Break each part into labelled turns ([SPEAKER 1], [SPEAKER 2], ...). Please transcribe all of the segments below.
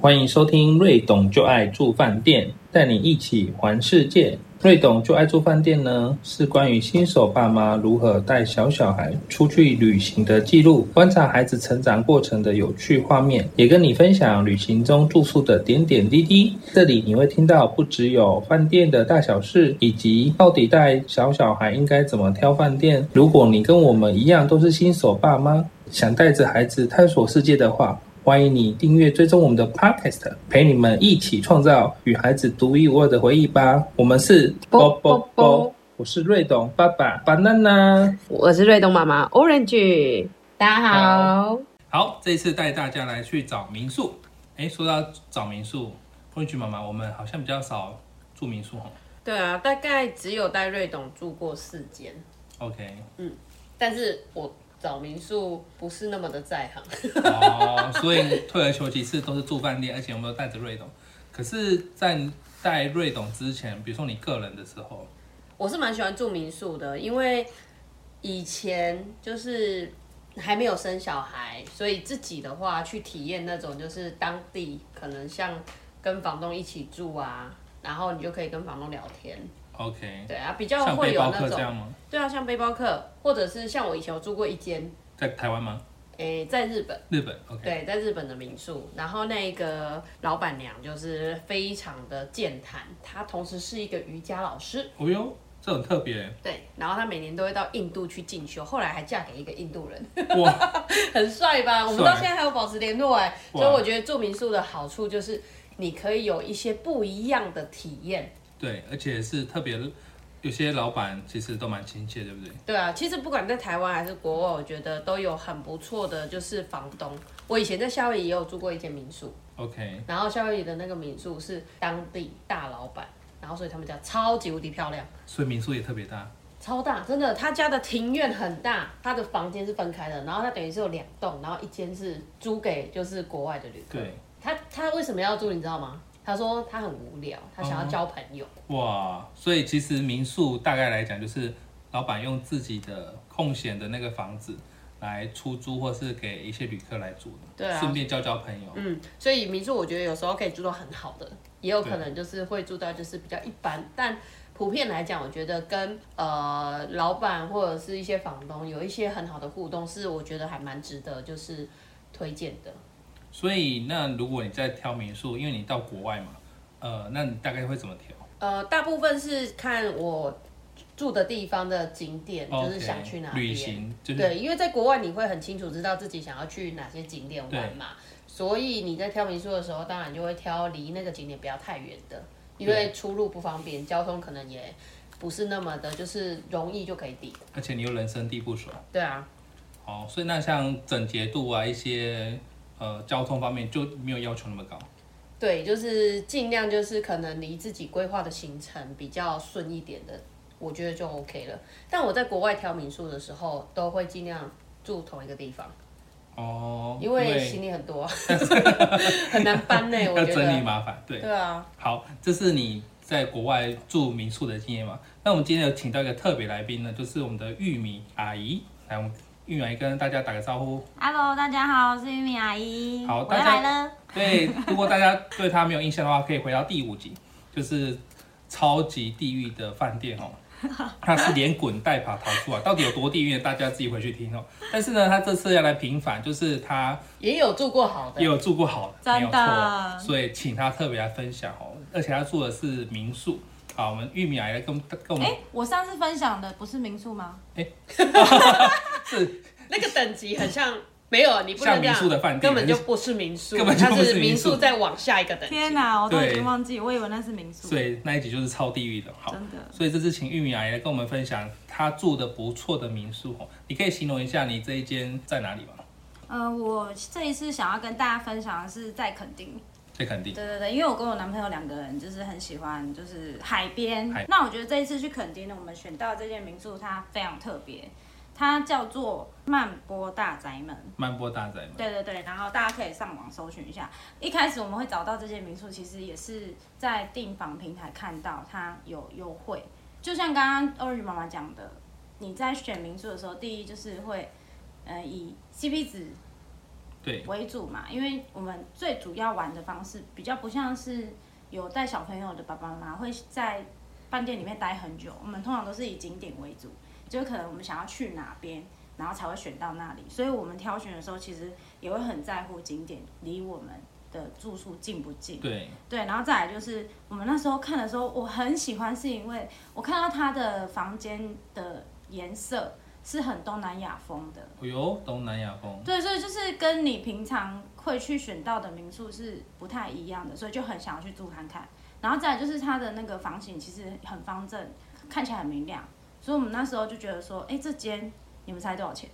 [SPEAKER 1] 欢迎收听《瑞董就爱住饭店》，带你一起环世界。瑞董就爱住饭店呢，是关于新手爸妈如何带小小孩出去旅行的记录，观察孩子成长过程的有趣画面，也跟你分享旅行中住宿的点点滴滴。这里你会听到不只有饭店的大小事，以及到底带小小孩应该怎么挑饭店。如果你跟我们一样都是新手爸妈，想带着孩子探索世界的话，欢迎你订阅追踪我们的 Podcast，陪你们一起创造与孩子独一无二的回忆吧。我们是
[SPEAKER 2] 啵啵啵，
[SPEAKER 1] 我是瑞董爸爸 banana。
[SPEAKER 2] 我是瑞东妈妈 Orange，大家好。
[SPEAKER 1] 好，这一次带大家来去找民宿。哎，说到找民宿，Orange 妈妈，我们好像比较少住民宿哦。
[SPEAKER 2] 对啊，大概只有带瑞董住过四间，
[SPEAKER 1] OK，
[SPEAKER 2] 但是我找民宿不是那么的在行。
[SPEAKER 1] 哦，所以退而求其次都是住饭店，而且我们都带着瑞董。可是，在带瑞董之前，比如说你个人的时候，
[SPEAKER 2] 我是蛮喜欢住民宿的，因为以前就是还没有生小孩，所以自己的话去体验那种就是当地可能像跟房东一起住啊，然后你就可以跟房东聊天，
[SPEAKER 1] OK，
[SPEAKER 2] 对啊，比较
[SPEAKER 1] 像
[SPEAKER 2] 会
[SPEAKER 1] 背
[SPEAKER 2] 有
[SPEAKER 1] 包
[SPEAKER 2] 那
[SPEAKER 1] 客这
[SPEAKER 2] 种
[SPEAKER 1] 样吗？
[SPEAKER 2] 对啊，像背包客，或者是像我以前有住过一间，
[SPEAKER 1] 在台湾吗？
[SPEAKER 2] 诶、在日本。
[SPEAKER 1] 日本？OK，
[SPEAKER 2] 对，在日本的民宿，然后那个老板娘就是非常的健谈，她同时是一个瑜伽老师，
[SPEAKER 1] 哦哟，这很特别
[SPEAKER 2] 对，然后她每年都会到印度去进修，后来还嫁给一个印度人，
[SPEAKER 1] 哇！
[SPEAKER 2] 很帅吧？我们
[SPEAKER 1] 帅
[SPEAKER 2] 到现在还有保持联络哎，所以我觉得住民宿的好处就是你可以有一些不一样的体验。
[SPEAKER 1] 对，而且是特别，有些老板其实都蛮亲切，对不对？
[SPEAKER 2] 对啊，其实不管在台湾还是国外，我觉得都有很不错的就是房东。我以前在夏威夷也有住过一间民宿，
[SPEAKER 1] OK，
[SPEAKER 2] 然后夏威夷的那个民宿是当地大老板，然后所以他们家超级无敌漂亮，
[SPEAKER 1] 所以民宿也特别大，
[SPEAKER 2] 超大，真的，他家的庭院很大，他的房间是分开的，然后他等于是有两栋，然后一间是租给就是国外的旅客。
[SPEAKER 1] 对，
[SPEAKER 2] 他他为什么要租，你知道吗？他说他很无聊，他想要交朋友。
[SPEAKER 1] 哇！所以其实民宿大概来讲，就是老板用自己的空闲的那个房子来出租，或是给一些旅客来住的，
[SPEAKER 2] 对啊
[SPEAKER 1] 顺便交交朋友。
[SPEAKER 2] 嗯，所以民宿我觉得有时候可以住到很好的，也有可能就是会住到就是比较一般，但普遍来讲，我觉得跟呃老板或者是一些房东有一些很好的互动，是我觉得还蛮值得就是推荐的。
[SPEAKER 1] 所以那如果你在挑民宿，因为你到国外嘛，呃，那你大概会怎么挑？
[SPEAKER 2] 呃，大部分是看我住的地方的景点，就是想去哪
[SPEAKER 1] 哦 OK，旅
[SPEAKER 2] 边。
[SPEAKER 1] 行，就是
[SPEAKER 2] 对，因为在国外你会很清楚知道自己想要去哪些景点玩嘛，所以你在挑民宿的时候，当然就会挑离那个景点不要太远的，因为出入不方便，交通可能也不是那么的，就是容易就可以抵。
[SPEAKER 1] 而且你又人生地不熟。
[SPEAKER 2] 对啊，
[SPEAKER 1] 哦，所以那像整洁度啊，一些呃交通方面就没有要求那么高。
[SPEAKER 2] 对，就是尽量就是可能离自己规划的行程比较顺一点的，我觉得就 OK 了。但我在国外挑民宿的时候，都会尽量住同一个地方，
[SPEAKER 1] 哦，
[SPEAKER 2] 因 为行李很多，啊 很难搬呢、我
[SPEAKER 1] 要
[SPEAKER 2] 觉
[SPEAKER 1] 整理
[SPEAKER 2] 得。
[SPEAKER 1] 麻烦。对，
[SPEAKER 2] 对啊，
[SPEAKER 1] 好，这是你在国外住民宿的经验嘛？那我们今天有请到一个特别来宾呢，就是我们的玉米阿姨。来，我们玉米阿姨跟大家打个招呼。
[SPEAKER 3] Hello，大家好，我是玉米阿姨，
[SPEAKER 1] 好
[SPEAKER 3] 我
[SPEAKER 1] 大
[SPEAKER 3] 又
[SPEAKER 1] 家
[SPEAKER 3] 来了。
[SPEAKER 1] 对，如果大家对她没有印象的话，可以回到第五集，就是超级地狱的饭店哦。他是连滚带爬逃出来，到底有多地狱呢？大家自己回去听哦。但是呢，他这次要来平反，就是他
[SPEAKER 2] 也有住过好的，
[SPEAKER 1] 也有住过好的，
[SPEAKER 3] 真的
[SPEAKER 1] 没有错，所以请他特别来分享哦。而且他住的是民宿。好，我们玉米阿姨来跟跟我
[SPEAKER 3] 哎、
[SPEAKER 1] 们、
[SPEAKER 3] 我上次分享的不是民宿吗？
[SPEAKER 1] 是
[SPEAKER 2] 那个等级很像，没有啊你不
[SPEAKER 1] 像
[SPEAKER 2] 能这
[SPEAKER 1] 民
[SPEAKER 2] 样，
[SPEAKER 1] 宿的饭店
[SPEAKER 2] 根本就不是民宿，
[SPEAKER 1] 根本就不是
[SPEAKER 2] 它
[SPEAKER 1] 民宿
[SPEAKER 2] 是民宿再往下一个等级。
[SPEAKER 3] 天哪，我都
[SPEAKER 1] 对
[SPEAKER 3] 已经忘记，我以为那是民宿。
[SPEAKER 1] 所以那一集就是超地狱的。好，
[SPEAKER 3] 真的
[SPEAKER 1] 所以这次请玉米阿姨来跟我们分享她住的不错的民宿哦。你可以形容一下你这一间在哪里吗？
[SPEAKER 3] 呃，我这一次想要跟大家分享的是在垦丁。
[SPEAKER 1] 在肯定
[SPEAKER 3] 对对对，因为我跟我男朋友两个人就是很喜欢就是海边
[SPEAKER 1] 海。
[SPEAKER 3] 那我觉得这一次去垦丁呢，我们选到这间民宿，它非常特别，它叫做曼波大宅门。
[SPEAKER 1] 曼波大宅嘛。
[SPEAKER 3] 对对对，然后大家可以上网搜寻一下。一开始我们会找到这些民宿，其实也是在订房平台看到它有优惠。就像刚刚欧宇妈妈讲的，你在选民宿的时候，第一就是会，呃，以 CP 值
[SPEAKER 4] 对，
[SPEAKER 3] 为主嘛，因为我们最主要玩的方式比较不像是有带小朋友的爸爸妈妈会在饭店里面待很久，我们通常都是以景点为主，就是可能我们想要去哪边，然后才会选到那里，所以我们挑选的时候其实也会很在乎景点离我们的住宿近不近。
[SPEAKER 4] 对，
[SPEAKER 3] 对，然后再来就是我们那时候看的时候，我很喜欢，是因为我看到他的房间的颜色是很东南亚风的，
[SPEAKER 4] 哦哟，东南亚
[SPEAKER 1] 哦
[SPEAKER 4] 风，
[SPEAKER 3] 对，所以就是跟你平常会去选到的民宿是不太一样的，所以就很想要去住看看。然后再来就是它的那个房型其实很方正，看起来很明亮，所以我们那时候就觉得说，哎，这间你们猜多少钱？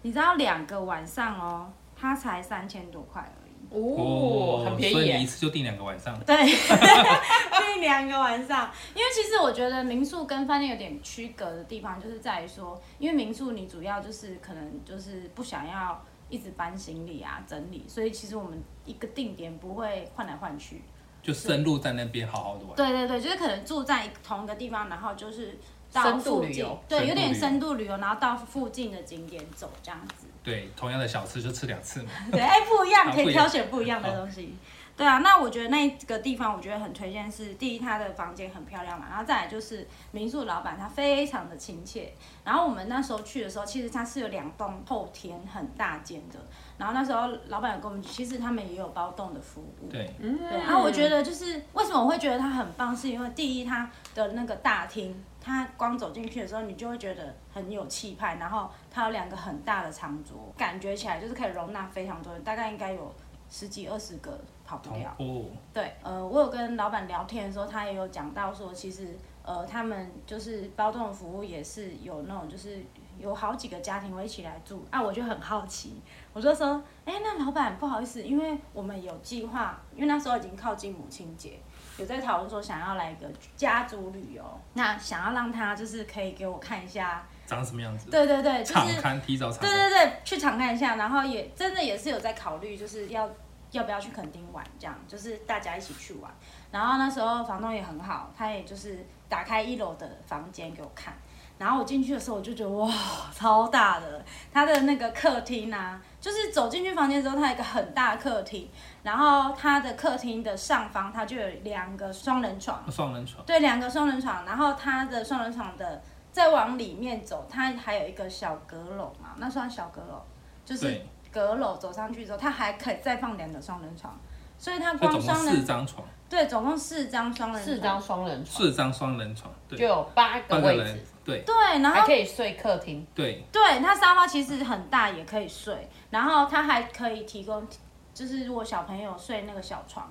[SPEAKER 3] 你知道两个晚上哦，它才三千多块而已。
[SPEAKER 2] 哦，很便
[SPEAKER 4] 所
[SPEAKER 2] 宜
[SPEAKER 4] 以你一
[SPEAKER 2] 耶。
[SPEAKER 4] 次就订两个晚 上，
[SPEAKER 3] 对， 订两个晚上。因为其实我觉得民宿跟饭店有点区隔的地方，就是在于说，因为民宿你主要就是可能就是不想要一直搬行李啊、整理，所以其实我们一个定点不会换来换去。
[SPEAKER 4] 就深入在那边好好的玩。
[SPEAKER 3] 对对对，就是可能住在同一个地方，然后就是到
[SPEAKER 2] 深度
[SPEAKER 3] 附
[SPEAKER 2] 旅
[SPEAKER 3] 近
[SPEAKER 2] 游，
[SPEAKER 3] 对，有点
[SPEAKER 4] 深
[SPEAKER 3] 深度旅游，然后到附近的景点走这样子。
[SPEAKER 4] 对，同样的小吃就吃两次嘛。
[SPEAKER 3] 对，哎、不一样，
[SPEAKER 4] 啊
[SPEAKER 3] 可
[SPEAKER 4] 不
[SPEAKER 3] 以
[SPEAKER 4] 一样
[SPEAKER 3] 挑选不一样的东西。对啊，那我觉得那个地方，我觉得很推荐是，第一，它的房间很漂亮嘛，然后再来就是民宿老板他非常的亲切。然后我们那时候去的时候，其实它是有两栋后天很大间的，然后那时候老板有跟我们，其实他们也有包栋的服务。
[SPEAKER 4] 对，
[SPEAKER 3] 对，然后我觉得就是为什么我会觉得它很棒，是因为第一它的那个大厅，它光走进去的时候，你就会觉得很有气派，然后它有两个很大的长桌，感觉起来就是可以容纳非常多人，大概应该有十几二十个跑不
[SPEAKER 4] 同哦
[SPEAKER 3] 掉。
[SPEAKER 4] 步
[SPEAKER 3] 对，啊呃，我有跟老板聊天的时候，他也有讲到说，其实呃，他们就是包栋服务也是有那种，就是有好几个家庭会一起来住啊，我就很好奇，我就说，哎，那老板不好意思，因为我们有计划，因为那时候已经靠近母亲节，有在讨论说想要来一个家族旅游，那想要让他就是可以给我看一下，
[SPEAKER 4] 长什么样子？
[SPEAKER 3] 对对对，就
[SPEAKER 4] 敞
[SPEAKER 3] 是
[SPEAKER 4] 刊提早敞
[SPEAKER 3] 对
[SPEAKER 4] 刊，
[SPEAKER 3] 对对，去尝看一下，然后也真的也是有在考虑，就是要要不要去垦丁玩，这样就是大家一起去玩。然后那时候房东也很好，他也就是打开一楼的房间给我看，然后我进去的时候我就觉得哇，超大的，他的那个客厅啊，就是走进去房间之后，它有一个很大的客厅，然后它的客厅的上方它就有两个双人床。
[SPEAKER 4] 哦双人床，
[SPEAKER 3] 对，两个双人床，然后它的双人床的再往里面走，它还有一个小阁楼嘛，那算小阁楼，就是
[SPEAKER 4] 对，
[SPEAKER 3] 阁楼走上去之后，它还可以再放两个双人床，所以它
[SPEAKER 4] 所以
[SPEAKER 3] 光
[SPEAKER 4] 总共
[SPEAKER 3] 双
[SPEAKER 4] 四
[SPEAKER 3] 人
[SPEAKER 4] 张床，
[SPEAKER 3] 对，总共四张双人床
[SPEAKER 2] 四张双人床
[SPEAKER 4] 四张双人床，
[SPEAKER 2] 就
[SPEAKER 4] 对，
[SPEAKER 2] 有八个
[SPEAKER 4] 半个
[SPEAKER 2] 位置
[SPEAKER 4] 人，，对
[SPEAKER 3] 对，然
[SPEAKER 2] 还
[SPEAKER 3] 后
[SPEAKER 2] 可以睡客厅。
[SPEAKER 4] 对，
[SPEAKER 3] 对它沙发其实很大，也可以睡，然后它还可以提供，就是如果小朋友睡那个小床，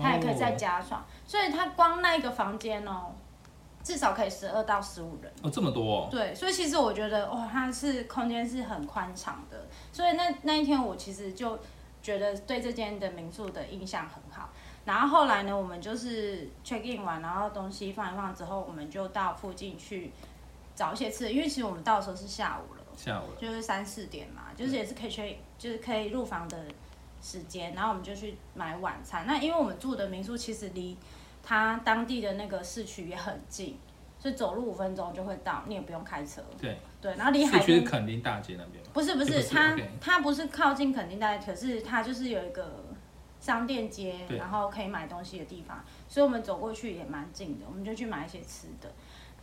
[SPEAKER 3] 它也可以再
[SPEAKER 4] 哦
[SPEAKER 3] 加床，所以它光那一个房间哦，至少可以十二到十五人。
[SPEAKER 4] 哦，这么多哦，
[SPEAKER 3] 对，所以其实我觉得，哇，它是空间是很宽敞的，所以那那一天我其实就觉得对这间的民宿的印象很好。然后后来呢，我们就是 check in 完，然后东西放一放之后，我们就到附近去找一些吃的，因为其实我们到的时候是下午了，
[SPEAKER 4] 下午了，
[SPEAKER 3] 就是三四点嘛，就是也是可以 check，就是可以入房的时间，然后我们就去买晚餐。那因为我们住的民宿其实离它当地的那个市区也很近，所以走路五分钟就会到，你也不用开车。
[SPEAKER 4] 对，
[SPEAKER 3] 对，然后离海
[SPEAKER 4] 市区是
[SPEAKER 3] 边
[SPEAKER 4] 垦丁大街那边嘛，
[SPEAKER 3] 不是不
[SPEAKER 4] 也不
[SPEAKER 3] 是
[SPEAKER 4] 是
[SPEAKER 3] 它
[SPEAKER 4] OK
[SPEAKER 3] 它不是靠近垦丁大街，可是它就是有一个商店街，
[SPEAKER 4] 对
[SPEAKER 3] 然后可以买东西的地方，所以我们走过去也蛮近的，我们就去买一些吃的。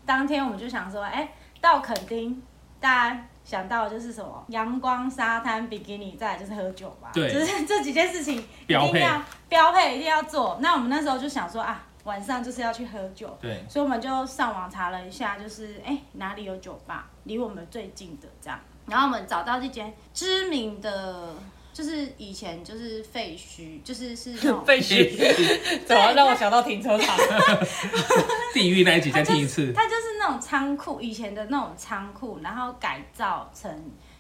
[SPEAKER 3] 当天我们就想说，哎，到垦丁，大家想到的就是什么阳光、沙滩、比基尼，再来就是喝酒吧，
[SPEAKER 4] 对
[SPEAKER 3] 就是这几件事情一
[SPEAKER 4] 标
[SPEAKER 3] 定
[SPEAKER 4] 配，
[SPEAKER 3] 要标配，一定要做。那我们那时候就想说啊，晚上就是要去喝酒，
[SPEAKER 4] 对，
[SPEAKER 3] 所以我们就上网查了一下，就是哎、哪里有酒吧，离我们最近的这样。然后我们找到这间知名的，就是以前就是废墟，就是是那 种
[SPEAKER 2] 废墟，怎么让我想到停车场？
[SPEAKER 4] 地狱那一集再听一次，
[SPEAKER 3] 它就是那种仓库，以前的那种仓库，然后改造成。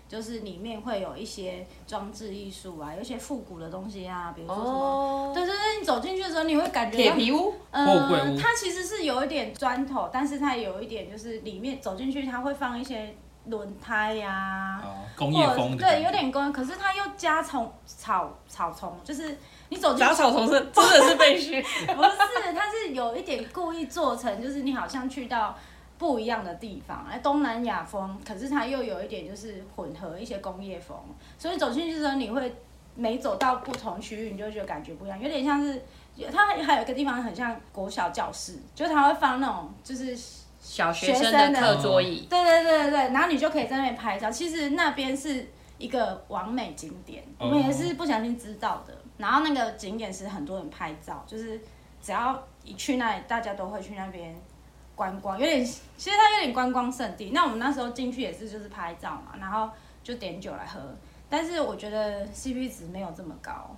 [SPEAKER 3] 就是里面会有一些装置艺术啊，有一些复古的东西啊，比如说什么，
[SPEAKER 2] 哦，
[SPEAKER 3] 对对对，你走进去的时候，你会感觉到
[SPEAKER 2] 铁皮屋，
[SPEAKER 4] 货柜
[SPEAKER 3] 呃，
[SPEAKER 4] 屋
[SPEAKER 3] 它其实是有一点砖头，但是它有一点就是里面走进去，它会放一些轮胎呀、
[SPEAKER 4] 哦，工
[SPEAKER 3] 或
[SPEAKER 4] 业
[SPEAKER 3] 者
[SPEAKER 4] 风的，
[SPEAKER 3] 对，有，点工，可是它又加虫草草丛，就是你走进
[SPEAKER 2] 杂
[SPEAKER 3] 去
[SPEAKER 2] 草丛生，真的是废墟。
[SPEAKER 3] 不是，它是有一点故意做成，就是你好像去到不一样的地方，哎，东南亚风，可是它又有一点就是混合一些工业风，所以走进去的时候你会每走到不同区域，你就会觉得感觉不一样，有点像是它还有一个地方很像国小教室，就是它会放那种就是
[SPEAKER 2] 小学生的课桌椅，
[SPEAKER 3] 对对对对对，然后你就可以在那边拍照。其实那边是一个完美景点，
[SPEAKER 4] 哦
[SPEAKER 3] 我们也是不小心知道的。然后那个景点是很多人拍照，就是只要一去那里，大家都会去那边观光，有点其实它有点观光圣地。那我们那时候进去也是就是拍照嘛，然后就点酒来喝，但是我觉得 CP 值没有这么高，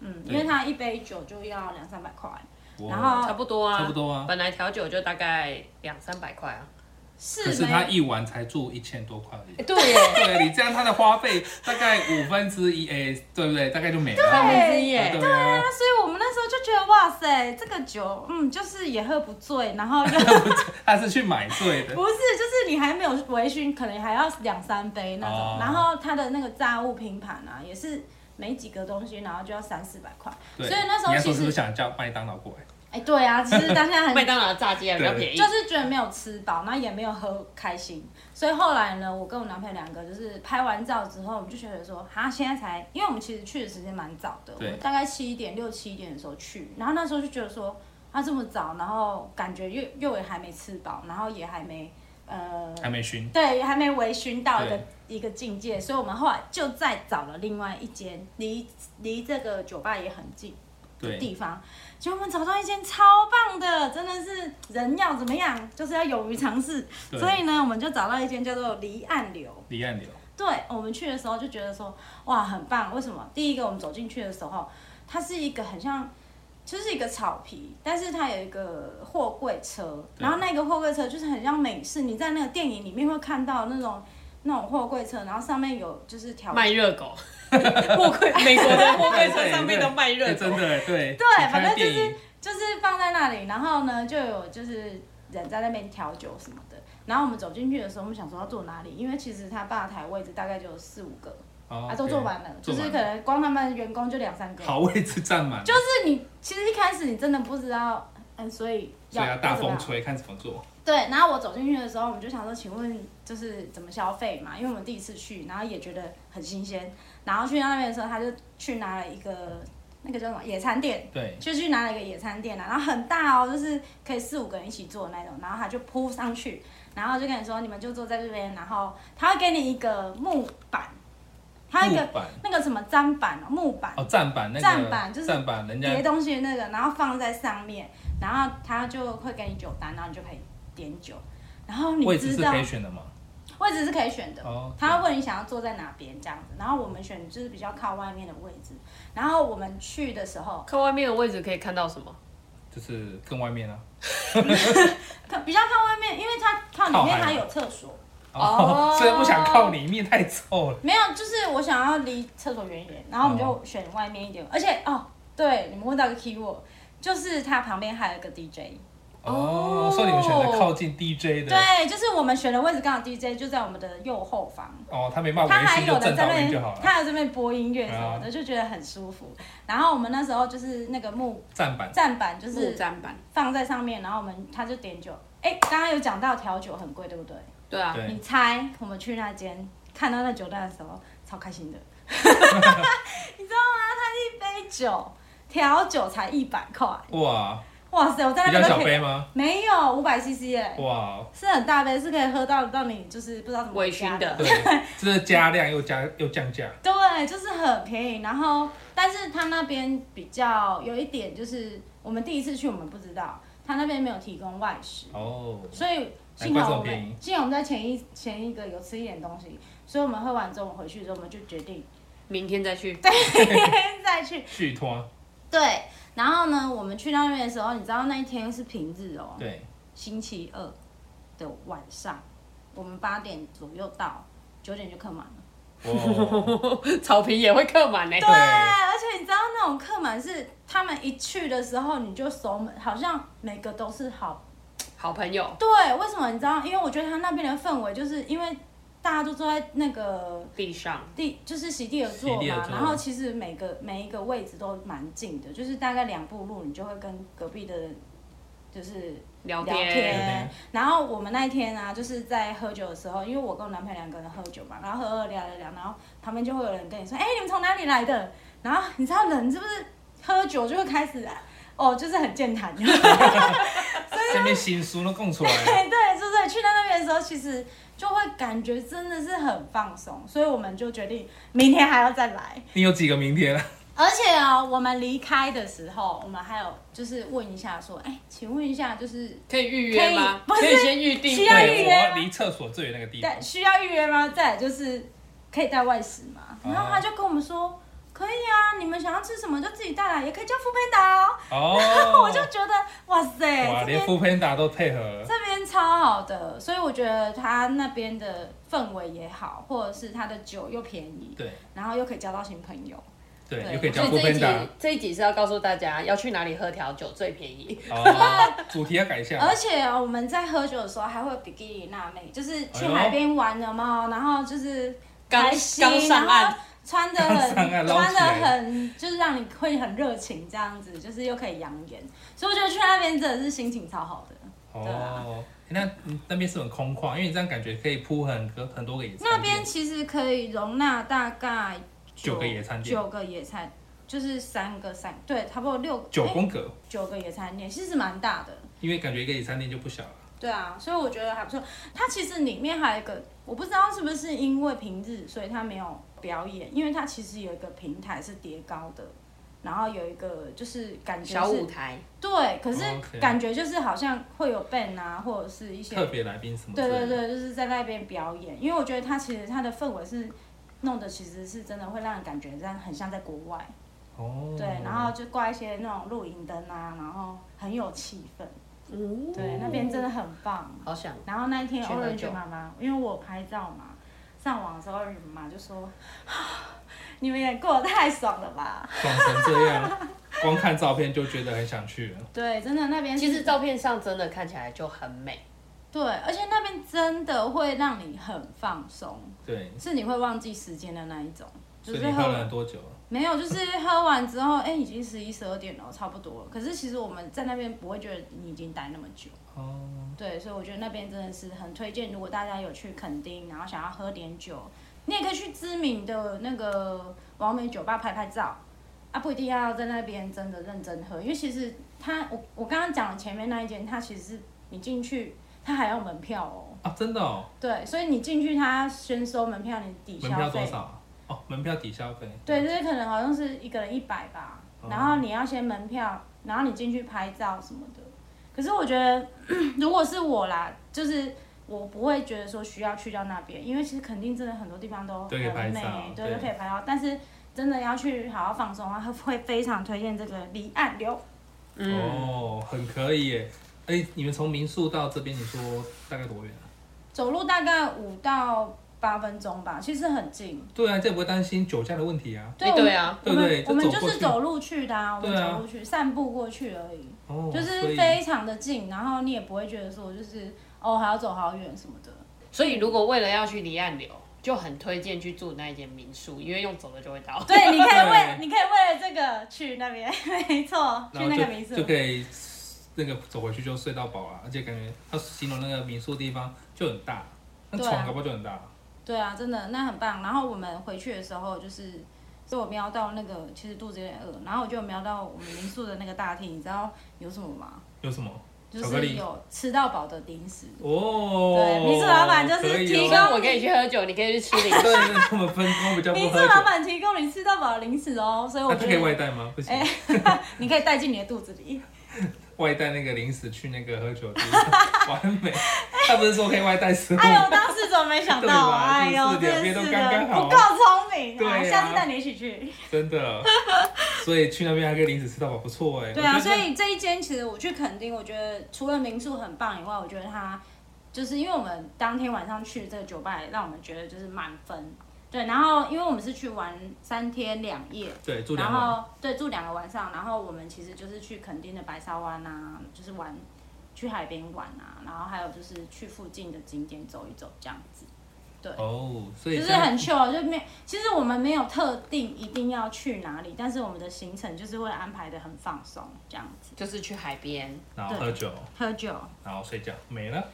[SPEAKER 3] 嗯，因为它一杯酒就要两三百块，然后
[SPEAKER 2] 差不多啊，
[SPEAKER 4] 差不多啊
[SPEAKER 2] 本来调酒就大概两三百块啊，
[SPEAKER 3] 是
[SPEAKER 4] 可是
[SPEAKER 3] 没
[SPEAKER 4] 他一晚才住一千多块而已。
[SPEAKER 2] 哎对耶，
[SPEAKER 4] 对你这样，他的花费大概五分之一，哎，对不对？大概就没了。
[SPEAKER 2] 三分之一
[SPEAKER 4] 啊
[SPEAKER 2] 耶，
[SPEAKER 4] 对啊，
[SPEAKER 3] 那所以我们那时候就觉得，哇塞，这个酒，嗯，就是也喝不醉，然后又
[SPEAKER 4] 他是去买醉的。
[SPEAKER 3] 不是，就是你还没有微醺，可能还要两三杯那种。
[SPEAKER 4] 哦
[SPEAKER 3] 然后它的那个炸物拼盘啊，也是没几个东西，然后就要三四百块。
[SPEAKER 4] 对，
[SPEAKER 3] 所以那时
[SPEAKER 4] 你
[SPEAKER 3] 候
[SPEAKER 4] 那时
[SPEAKER 3] 其
[SPEAKER 4] 候是不是
[SPEAKER 3] 实，
[SPEAKER 4] 想叫麦当劳过来？
[SPEAKER 3] 哎、对啊，其实当 下很
[SPEAKER 2] 麦当劳的炸鸡还比较
[SPEAKER 4] 哎
[SPEAKER 2] 便宜
[SPEAKER 3] 就，是觉得没有吃饱，那也没有喝开心，所以后来呢，我跟我男朋友两个就是拍完照之后，我们就觉得说，哈，现在才，因为我们其实去的时间蛮早的，我
[SPEAKER 4] 对
[SPEAKER 3] 们大概七点六七点的时候去，然后那时候就觉得说，啊这么早，然后感觉又又也还没吃饱，然后也还没呃
[SPEAKER 4] 还没熏。
[SPEAKER 3] 对，还没微醺到一个
[SPEAKER 4] 对
[SPEAKER 3] 一个境界，所以我们后来就再找了另外一间离离这个酒吧也很近的
[SPEAKER 4] 对
[SPEAKER 3] 地方，结果我们找到一间超棒的，真的是人要怎么样，就是要勇于尝试。
[SPEAKER 4] 对
[SPEAKER 3] 所以呢，我们就找到一间叫做离岸流。
[SPEAKER 4] 离岸流，
[SPEAKER 3] 对，我们去的时候就觉得说，哇，很棒。为什么？第一个，我们走进去的时候，它是一个很像，就是一个草皮，但是它有一个货柜车，
[SPEAKER 4] 对
[SPEAKER 3] 然后那个货柜车就是很像美式，你在那个电影里面会看到那种那种货柜车，然后上面有就是条
[SPEAKER 2] 卖热 狗，货柜美国的货柜车上面都卖热
[SPEAKER 4] 对，
[SPEAKER 2] 狗
[SPEAKER 4] 真，的对。
[SPEAKER 3] 对
[SPEAKER 4] 你看
[SPEAKER 3] 反正就是
[SPEAKER 4] 电影
[SPEAKER 3] 就是放在那里，然后呢就有就是人在那边调酒什么的。然后我们走进去的时候，我们想说要坐哪里，因为其实它吧台位置大概就有四五个，
[SPEAKER 4] 哦
[SPEAKER 3] 啊，都
[SPEAKER 4] OK
[SPEAKER 3] 坐完了，就
[SPEAKER 4] 坐完
[SPEAKER 3] 是可能光他们员工就两三个。
[SPEAKER 4] 好位置占满，
[SPEAKER 3] 就是你其实一开始你真的不知道，嗯，所以
[SPEAKER 4] 所以要大风
[SPEAKER 3] 怎么样
[SPEAKER 4] 吹，看怎么做。
[SPEAKER 3] 对，然后我走进去的时候，我们就想说，请问就是怎么消费嘛？因为我们第一次去，然后也觉得很新鲜。然后去到那边的时候，他就去拿了一个那个叫什么野餐垫，
[SPEAKER 4] 对，
[SPEAKER 3] 就去拿了一个野餐垫啦，然后很大哦，就是可以四五个人一起坐的那种，然后他就铺上去，然后就跟你说你们就坐在这边，然后他会给你一个木板，他有一
[SPEAKER 4] 木
[SPEAKER 3] 个
[SPEAKER 4] 板
[SPEAKER 3] 那个什么砧板哦，木板，
[SPEAKER 4] 哦，站板那个
[SPEAKER 3] 站板就是
[SPEAKER 4] 站板，人家
[SPEAKER 3] 叠东西的那个，然后放在上面，然后他就会给你酒单，然后你就可以点酒，然后你
[SPEAKER 4] 位置
[SPEAKER 3] 知
[SPEAKER 4] 是
[SPEAKER 3] 道
[SPEAKER 4] 可以选的嘛？
[SPEAKER 3] 位置是可以选的，
[SPEAKER 4] 哦，
[SPEAKER 3] 他会问你想要坐在哪边这样子，然后我们选就是比较靠外面的位置，然后我们去的时候，
[SPEAKER 2] 看外面的位置可以看到什么？
[SPEAKER 4] 就是更外面啊。
[SPEAKER 3] 看比较靠外面，因为它靠里
[SPEAKER 4] 靠
[SPEAKER 3] 面
[SPEAKER 4] 海
[SPEAKER 3] 它
[SPEAKER 4] 嘛
[SPEAKER 3] 有厕所，
[SPEAKER 2] 哦
[SPEAKER 4] 所以不想靠里面太臭了。
[SPEAKER 3] 没有就是我想要离厕所远一点，然后我们
[SPEAKER 4] 哦
[SPEAKER 3] 就选外面一点，而且哦，对你们问到一个 keyword，就是它旁边还有一个 DJ。
[SPEAKER 2] 哦
[SPEAKER 4] 哦，所以你们选择靠近 DJ 的。
[SPEAKER 3] 对，就是我们选的位置刚好 DJ 就在我们的右后方，
[SPEAKER 4] 哦，他没办法
[SPEAKER 3] 他
[SPEAKER 4] 维
[SPEAKER 3] 还
[SPEAKER 4] 系，
[SPEAKER 3] 有
[SPEAKER 4] 就
[SPEAKER 3] 人
[SPEAKER 4] 正
[SPEAKER 3] 在
[SPEAKER 4] 倒
[SPEAKER 3] 那
[SPEAKER 4] 立就
[SPEAKER 3] 边
[SPEAKER 4] 好，了。啊
[SPEAKER 3] 他还有这边播音乐什么的，就觉得很舒服。然后我们那时候就是那个木
[SPEAKER 4] 站板
[SPEAKER 3] 站板，就
[SPEAKER 2] 木
[SPEAKER 3] 是
[SPEAKER 2] 砧板，
[SPEAKER 3] 放在上面，然后我们他就点酒。哎，刚刚有讲到调酒很贵，对不对？
[SPEAKER 2] 对啊，
[SPEAKER 4] 对
[SPEAKER 3] 你猜我们去那间看到那酒单的时候，超 开心的，你知道吗？他一杯酒调酒才一百块，
[SPEAKER 4] 哇，
[SPEAKER 3] 哇塞！我在那
[SPEAKER 4] 比较
[SPEAKER 3] 边都
[SPEAKER 4] 小
[SPEAKER 3] 可
[SPEAKER 4] 杯
[SPEAKER 3] 以，
[SPEAKER 4] 吗？
[SPEAKER 3] 没有五百 CC 哎，
[SPEAKER 4] 哇，
[SPEAKER 3] 是很大杯，是可以喝到让你就是不知道怎么
[SPEAKER 2] 微
[SPEAKER 3] 加
[SPEAKER 2] 醺的
[SPEAKER 4] 对，这是加量又加又降价，
[SPEAKER 3] 对，就是很便宜。然后，但是他那边比较有一点就是，我们第一次去我们不知道，他那边没有提供外食，
[SPEAKER 4] 哦，
[SPEAKER 3] 所以幸
[SPEAKER 4] 难怪这
[SPEAKER 3] 好
[SPEAKER 4] 么
[SPEAKER 3] 我
[SPEAKER 4] 便
[SPEAKER 3] 们
[SPEAKER 4] 宜
[SPEAKER 3] 幸好我们在前一前一个有吃一点东西，所以我们喝完之后我们回去之后我们就决定哎
[SPEAKER 2] 明天再去。
[SPEAKER 3] 再去。
[SPEAKER 4] 续拖，
[SPEAKER 3] 对，然后呢，我们去那边的时候，你知道那一天是平日哦，
[SPEAKER 4] 对，
[SPEAKER 3] 星期二的晚上，我们八点左右到，九点就客满了。
[SPEAKER 4] 哇，
[SPEAKER 2] 草坪也会刻满呢。
[SPEAKER 3] 对，哎而且你知道那种客满是他们一去的时候你就熟门，好像每个都是好。
[SPEAKER 2] 好朋友
[SPEAKER 3] 对，为什么你知道？因为我觉得他那边的氛围，就是因为大家都坐在那个
[SPEAKER 2] 地上，
[SPEAKER 3] 地，就是席地而坐
[SPEAKER 4] 席地而
[SPEAKER 3] 嘛，
[SPEAKER 4] 坐
[SPEAKER 3] 然后其实每个每一个位置都蛮近的，就是大概两步路你就会跟隔壁的就是
[SPEAKER 2] 聊
[SPEAKER 3] 聊
[SPEAKER 2] 天，
[SPEAKER 3] 天。然后我们那一天啊，就是在喝酒的时候，因为我跟我男朋友两个人喝酒嘛，然后喝喝聊聊聊，然后旁边就会有人跟你说：“哎、你们从哪里来的？”然后你知道人是不是喝酒就会开始、啊、哦，就是很健谈。 对
[SPEAKER 1] 下面新书都供出来了，
[SPEAKER 3] 对，是不是？去到那边的时候，其实就会感觉真的是很放松，所以我们就决定明天还要再来。
[SPEAKER 1] 你有几个明
[SPEAKER 4] 啊
[SPEAKER 1] 天？
[SPEAKER 3] 而且哦，我们离开的时候，我们还有就是问一下说：“哎、请问一下，就是
[SPEAKER 2] 可以预约吗？
[SPEAKER 3] 可以不是
[SPEAKER 2] 以先预定
[SPEAKER 3] 需要预
[SPEAKER 1] 对，
[SPEAKER 3] 约
[SPEAKER 1] 我要离厕所最远那个地方
[SPEAKER 3] 但。需要预约吗？再来就是可以带外食吗？
[SPEAKER 1] 哦
[SPEAKER 3] 然后他就跟我们说，可以啊，你们想要吃什么就自己带来，也可以叫副配达哦。
[SPEAKER 1] 哦，
[SPEAKER 3] 我就觉得哇塞，
[SPEAKER 1] 哇，
[SPEAKER 3] 这
[SPEAKER 1] 连
[SPEAKER 3] 边
[SPEAKER 1] 副片打都配合了。
[SPEAKER 3] 这边超好的，所以我觉得他那边的氛围也好，或者是他的酒又便宜，
[SPEAKER 1] 对
[SPEAKER 3] 然后又可以交到新朋友。
[SPEAKER 1] 对，
[SPEAKER 3] 对
[SPEAKER 1] 又可以
[SPEAKER 2] 所
[SPEAKER 1] 叫
[SPEAKER 2] 以
[SPEAKER 1] 副
[SPEAKER 2] 这一
[SPEAKER 1] 片
[SPEAKER 2] 集
[SPEAKER 1] 打。
[SPEAKER 2] 这一集是要告诉大家要去哪里喝调酒最便宜。
[SPEAKER 1] 哦，主题要改一下。
[SPEAKER 3] 而且啊我们在喝酒的时候还会比基尼辣妹，就是
[SPEAKER 1] 哎
[SPEAKER 3] 去海边玩了嘛，然后就是
[SPEAKER 2] 刚
[SPEAKER 3] 开心啊
[SPEAKER 2] 刚上岸
[SPEAKER 3] 然后 穿的很
[SPEAKER 1] 刚上岸捞
[SPEAKER 3] 穿的
[SPEAKER 1] 起来
[SPEAKER 3] 很，就是让你会很热情这样子，就是又可以养眼，所以我觉得去那边真的是心情超好的。对啊
[SPEAKER 1] 哦，那那边是很空旷，因为你这样感觉可以铺很个很多个野餐
[SPEAKER 3] 那
[SPEAKER 1] 垫。
[SPEAKER 3] 边其实可以容纳大概
[SPEAKER 1] 九个野餐垫
[SPEAKER 3] 九个野餐就是三个三对，差不多六
[SPEAKER 1] 九
[SPEAKER 3] 诶
[SPEAKER 1] 宫格，
[SPEAKER 3] 九个野餐店，其实蛮大的。
[SPEAKER 1] 因为感觉一个野餐垫就不小了。
[SPEAKER 3] 对啊，所以我觉得还不错。它其实里面还有一个，我不知道是不是因为平日，所以它没有表演，因为它其实有一个平台是叠高的，然后有一个就是感觉
[SPEAKER 2] 小
[SPEAKER 3] 是
[SPEAKER 2] 舞，台，
[SPEAKER 3] 对，可
[SPEAKER 2] 哦
[SPEAKER 3] 是
[SPEAKER 1] OK
[SPEAKER 3] 感觉就是好像会有 band 啊，或者是一些，
[SPEAKER 1] 特别来宾什么？
[SPEAKER 3] 对对。对，就是在那边表演。因为我觉得它其实它的氛围是弄的，其实是真的会让人感觉这样很像在国外，
[SPEAKER 1] 哦。
[SPEAKER 3] 对，然后就挂一些那种露营灯啊，然后很有气氛，对，那边真的很棒。
[SPEAKER 2] 好想
[SPEAKER 3] 然后那一天
[SPEAKER 2] 去喝
[SPEAKER 3] Orange
[SPEAKER 2] 酒
[SPEAKER 3] 妈妈，因为我拍照嘛，上网的时候 Orange 妈妈就说：“ 你们也过得太爽了吧
[SPEAKER 1] 爽成这样， 光看照片就觉得很想去了。？”
[SPEAKER 3] 对，真的那边是
[SPEAKER 2] 其实照片上真的看起来就很美，
[SPEAKER 3] 对，而且那边真的会让你很放松，
[SPEAKER 1] 对，
[SPEAKER 3] 是你会忘记时间的那一种。就
[SPEAKER 1] 所以
[SPEAKER 3] 是
[SPEAKER 1] 你
[SPEAKER 3] 喝
[SPEAKER 1] 喝了
[SPEAKER 3] 完
[SPEAKER 1] 多久？
[SPEAKER 3] 没有，就是喝完之后，哎、已经十一十二点了，差不多了。可是其实我们在那边不会觉得你已经待那么久，
[SPEAKER 1] 哦，
[SPEAKER 3] 对，所以我觉得那边真的是很推荐。如果大家有去垦丁，然后想要喝点酒，你也可以去知名的那个完美酒吧拍拍照啊，不一定要在那边真的认真喝，因为其实它我我刚刚讲的前面那一间，它其实是你进去它还要门票哦，
[SPEAKER 1] 啊，真的哦，
[SPEAKER 3] 对，所以你进去它先收门票，你抵
[SPEAKER 1] 门
[SPEAKER 3] 消
[SPEAKER 1] 票多
[SPEAKER 3] 费，
[SPEAKER 1] 少啊？哦，门票抵消费。
[SPEAKER 3] 对，就是可能好像是一个人一百吧，
[SPEAKER 1] 哦
[SPEAKER 3] 然后你要先门票，然后你进去拍照什么的。可是我觉得， 如果是我啦，就是我不会觉得说需要去到那边，因为其实肯定真的很多地方都
[SPEAKER 1] 都
[SPEAKER 3] 很
[SPEAKER 1] 可以拍照
[SPEAKER 3] 美，
[SPEAKER 1] 对
[SPEAKER 3] 对，都可以拍照。但是真的要去好好放松的话，会非常推荐这个离岸流。
[SPEAKER 2] 嗯，
[SPEAKER 1] 哦，很可以耶。哎，你们从民宿到这边，你说大概多远啊？
[SPEAKER 3] 走路大概五到八分钟吧，其实很近。
[SPEAKER 1] 对啊，这也不会担心酒驾的问题啊。
[SPEAKER 2] 哎
[SPEAKER 3] 我们
[SPEAKER 2] 对啊
[SPEAKER 3] 我们
[SPEAKER 1] 对不对
[SPEAKER 3] 我们
[SPEAKER 1] 就走
[SPEAKER 3] 就
[SPEAKER 1] 过去
[SPEAKER 3] 是走路去的啊，我们
[SPEAKER 1] 对啊
[SPEAKER 3] 走路去，散步过去而已。
[SPEAKER 1] 哦，
[SPEAKER 3] 就是
[SPEAKER 1] 所以
[SPEAKER 3] 非常的近，然后你也不会觉得说就是哦还要走好远什么的。
[SPEAKER 2] 所以如果为了要去离岸流，就很推荐去住那一间民宿，因为用走的就会到。
[SPEAKER 3] 对，哎你可以
[SPEAKER 1] 对
[SPEAKER 3] 为你可以为了这个去那边， 没错，去
[SPEAKER 1] 然后
[SPEAKER 3] 那
[SPEAKER 1] 就
[SPEAKER 3] 个民宿
[SPEAKER 1] 就。可以那个走回去就睡到饱啊了，而且感觉他形容那个民宿地方就很大，那
[SPEAKER 3] 对啊
[SPEAKER 1] 床搞不好就很大。
[SPEAKER 3] 对啊，真的那很棒。然后我们回去的时候就是。所以我瞄到那个，其实肚子有点饿，然后我就瞄到我们民宿的那个大厅，你知道有什么吗？
[SPEAKER 1] 有什么？
[SPEAKER 3] 就
[SPEAKER 1] 巧克
[SPEAKER 3] 是
[SPEAKER 1] 力
[SPEAKER 3] 有吃到饱的零食，
[SPEAKER 1] 哦，
[SPEAKER 3] 对民宿老板就是
[SPEAKER 1] 可以
[SPEAKER 3] 提
[SPEAKER 2] 提
[SPEAKER 3] 供
[SPEAKER 1] 哦、
[SPEAKER 2] 供我可以去喝酒，你可以去吃 零食。
[SPEAKER 1] 对，那他们分工比较不
[SPEAKER 3] 民宿
[SPEAKER 1] 喝酒。
[SPEAKER 3] 老板提供你吃到饱的零食哦，所以我
[SPEAKER 1] 那他
[SPEAKER 3] 觉
[SPEAKER 1] 可以外
[SPEAKER 3] 得
[SPEAKER 1] 带吗？不行，
[SPEAKER 3] 哎 你可以带进你的肚子里。
[SPEAKER 1] 外带那个零食去那个喝酒的地方，完 美。他不是说可以外带食物？
[SPEAKER 3] 哎呦，当时怎么没想
[SPEAKER 1] 对
[SPEAKER 3] 到？
[SPEAKER 1] 吧
[SPEAKER 3] 哎
[SPEAKER 1] 就是
[SPEAKER 3] 呦，
[SPEAKER 1] 两
[SPEAKER 3] 真
[SPEAKER 1] 边
[SPEAKER 3] 是
[SPEAKER 1] 都
[SPEAKER 3] 的，
[SPEAKER 1] 刚刚好
[SPEAKER 3] 不够聪明。
[SPEAKER 1] 对啊
[SPEAKER 3] 好下次带你一起去。
[SPEAKER 1] 真的。所以去那边还可以零食吃到饱，不错哎。
[SPEAKER 3] 对啊，
[SPEAKER 1] 我觉
[SPEAKER 3] 所
[SPEAKER 1] 得
[SPEAKER 3] 以这一间其实我去垦丁，我觉得除了民宿很棒以外，我觉得它就是因为我们当天晚上去这个酒吧，让我们觉得就是满分。对，然后因为我们是去玩三天两夜，
[SPEAKER 1] 对住
[SPEAKER 3] 然
[SPEAKER 1] 两晚，
[SPEAKER 3] 后对住两个晚上，然后我们其实就是去垦丁的白沙湾啊，就是玩去海边玩啊，然后还有就是去附近的景点走一走这样子。对，
[SPEAKER 1] 哦，所以
[SPEAKER 3] 就是
[SPEAKER 1] 这样
[SPEAKER 3] 很 chill，就没。其实我们没有特定一定要去哪里，但是我们的行程就是会安排的很放松，这样子
[SPEAKER 2] 就是去海 边，
[SPEAKER 1] 然后喝酒，
[SPEAKER 3] 喝酒。
[SPEAKER 1] 然后睡觉，没了。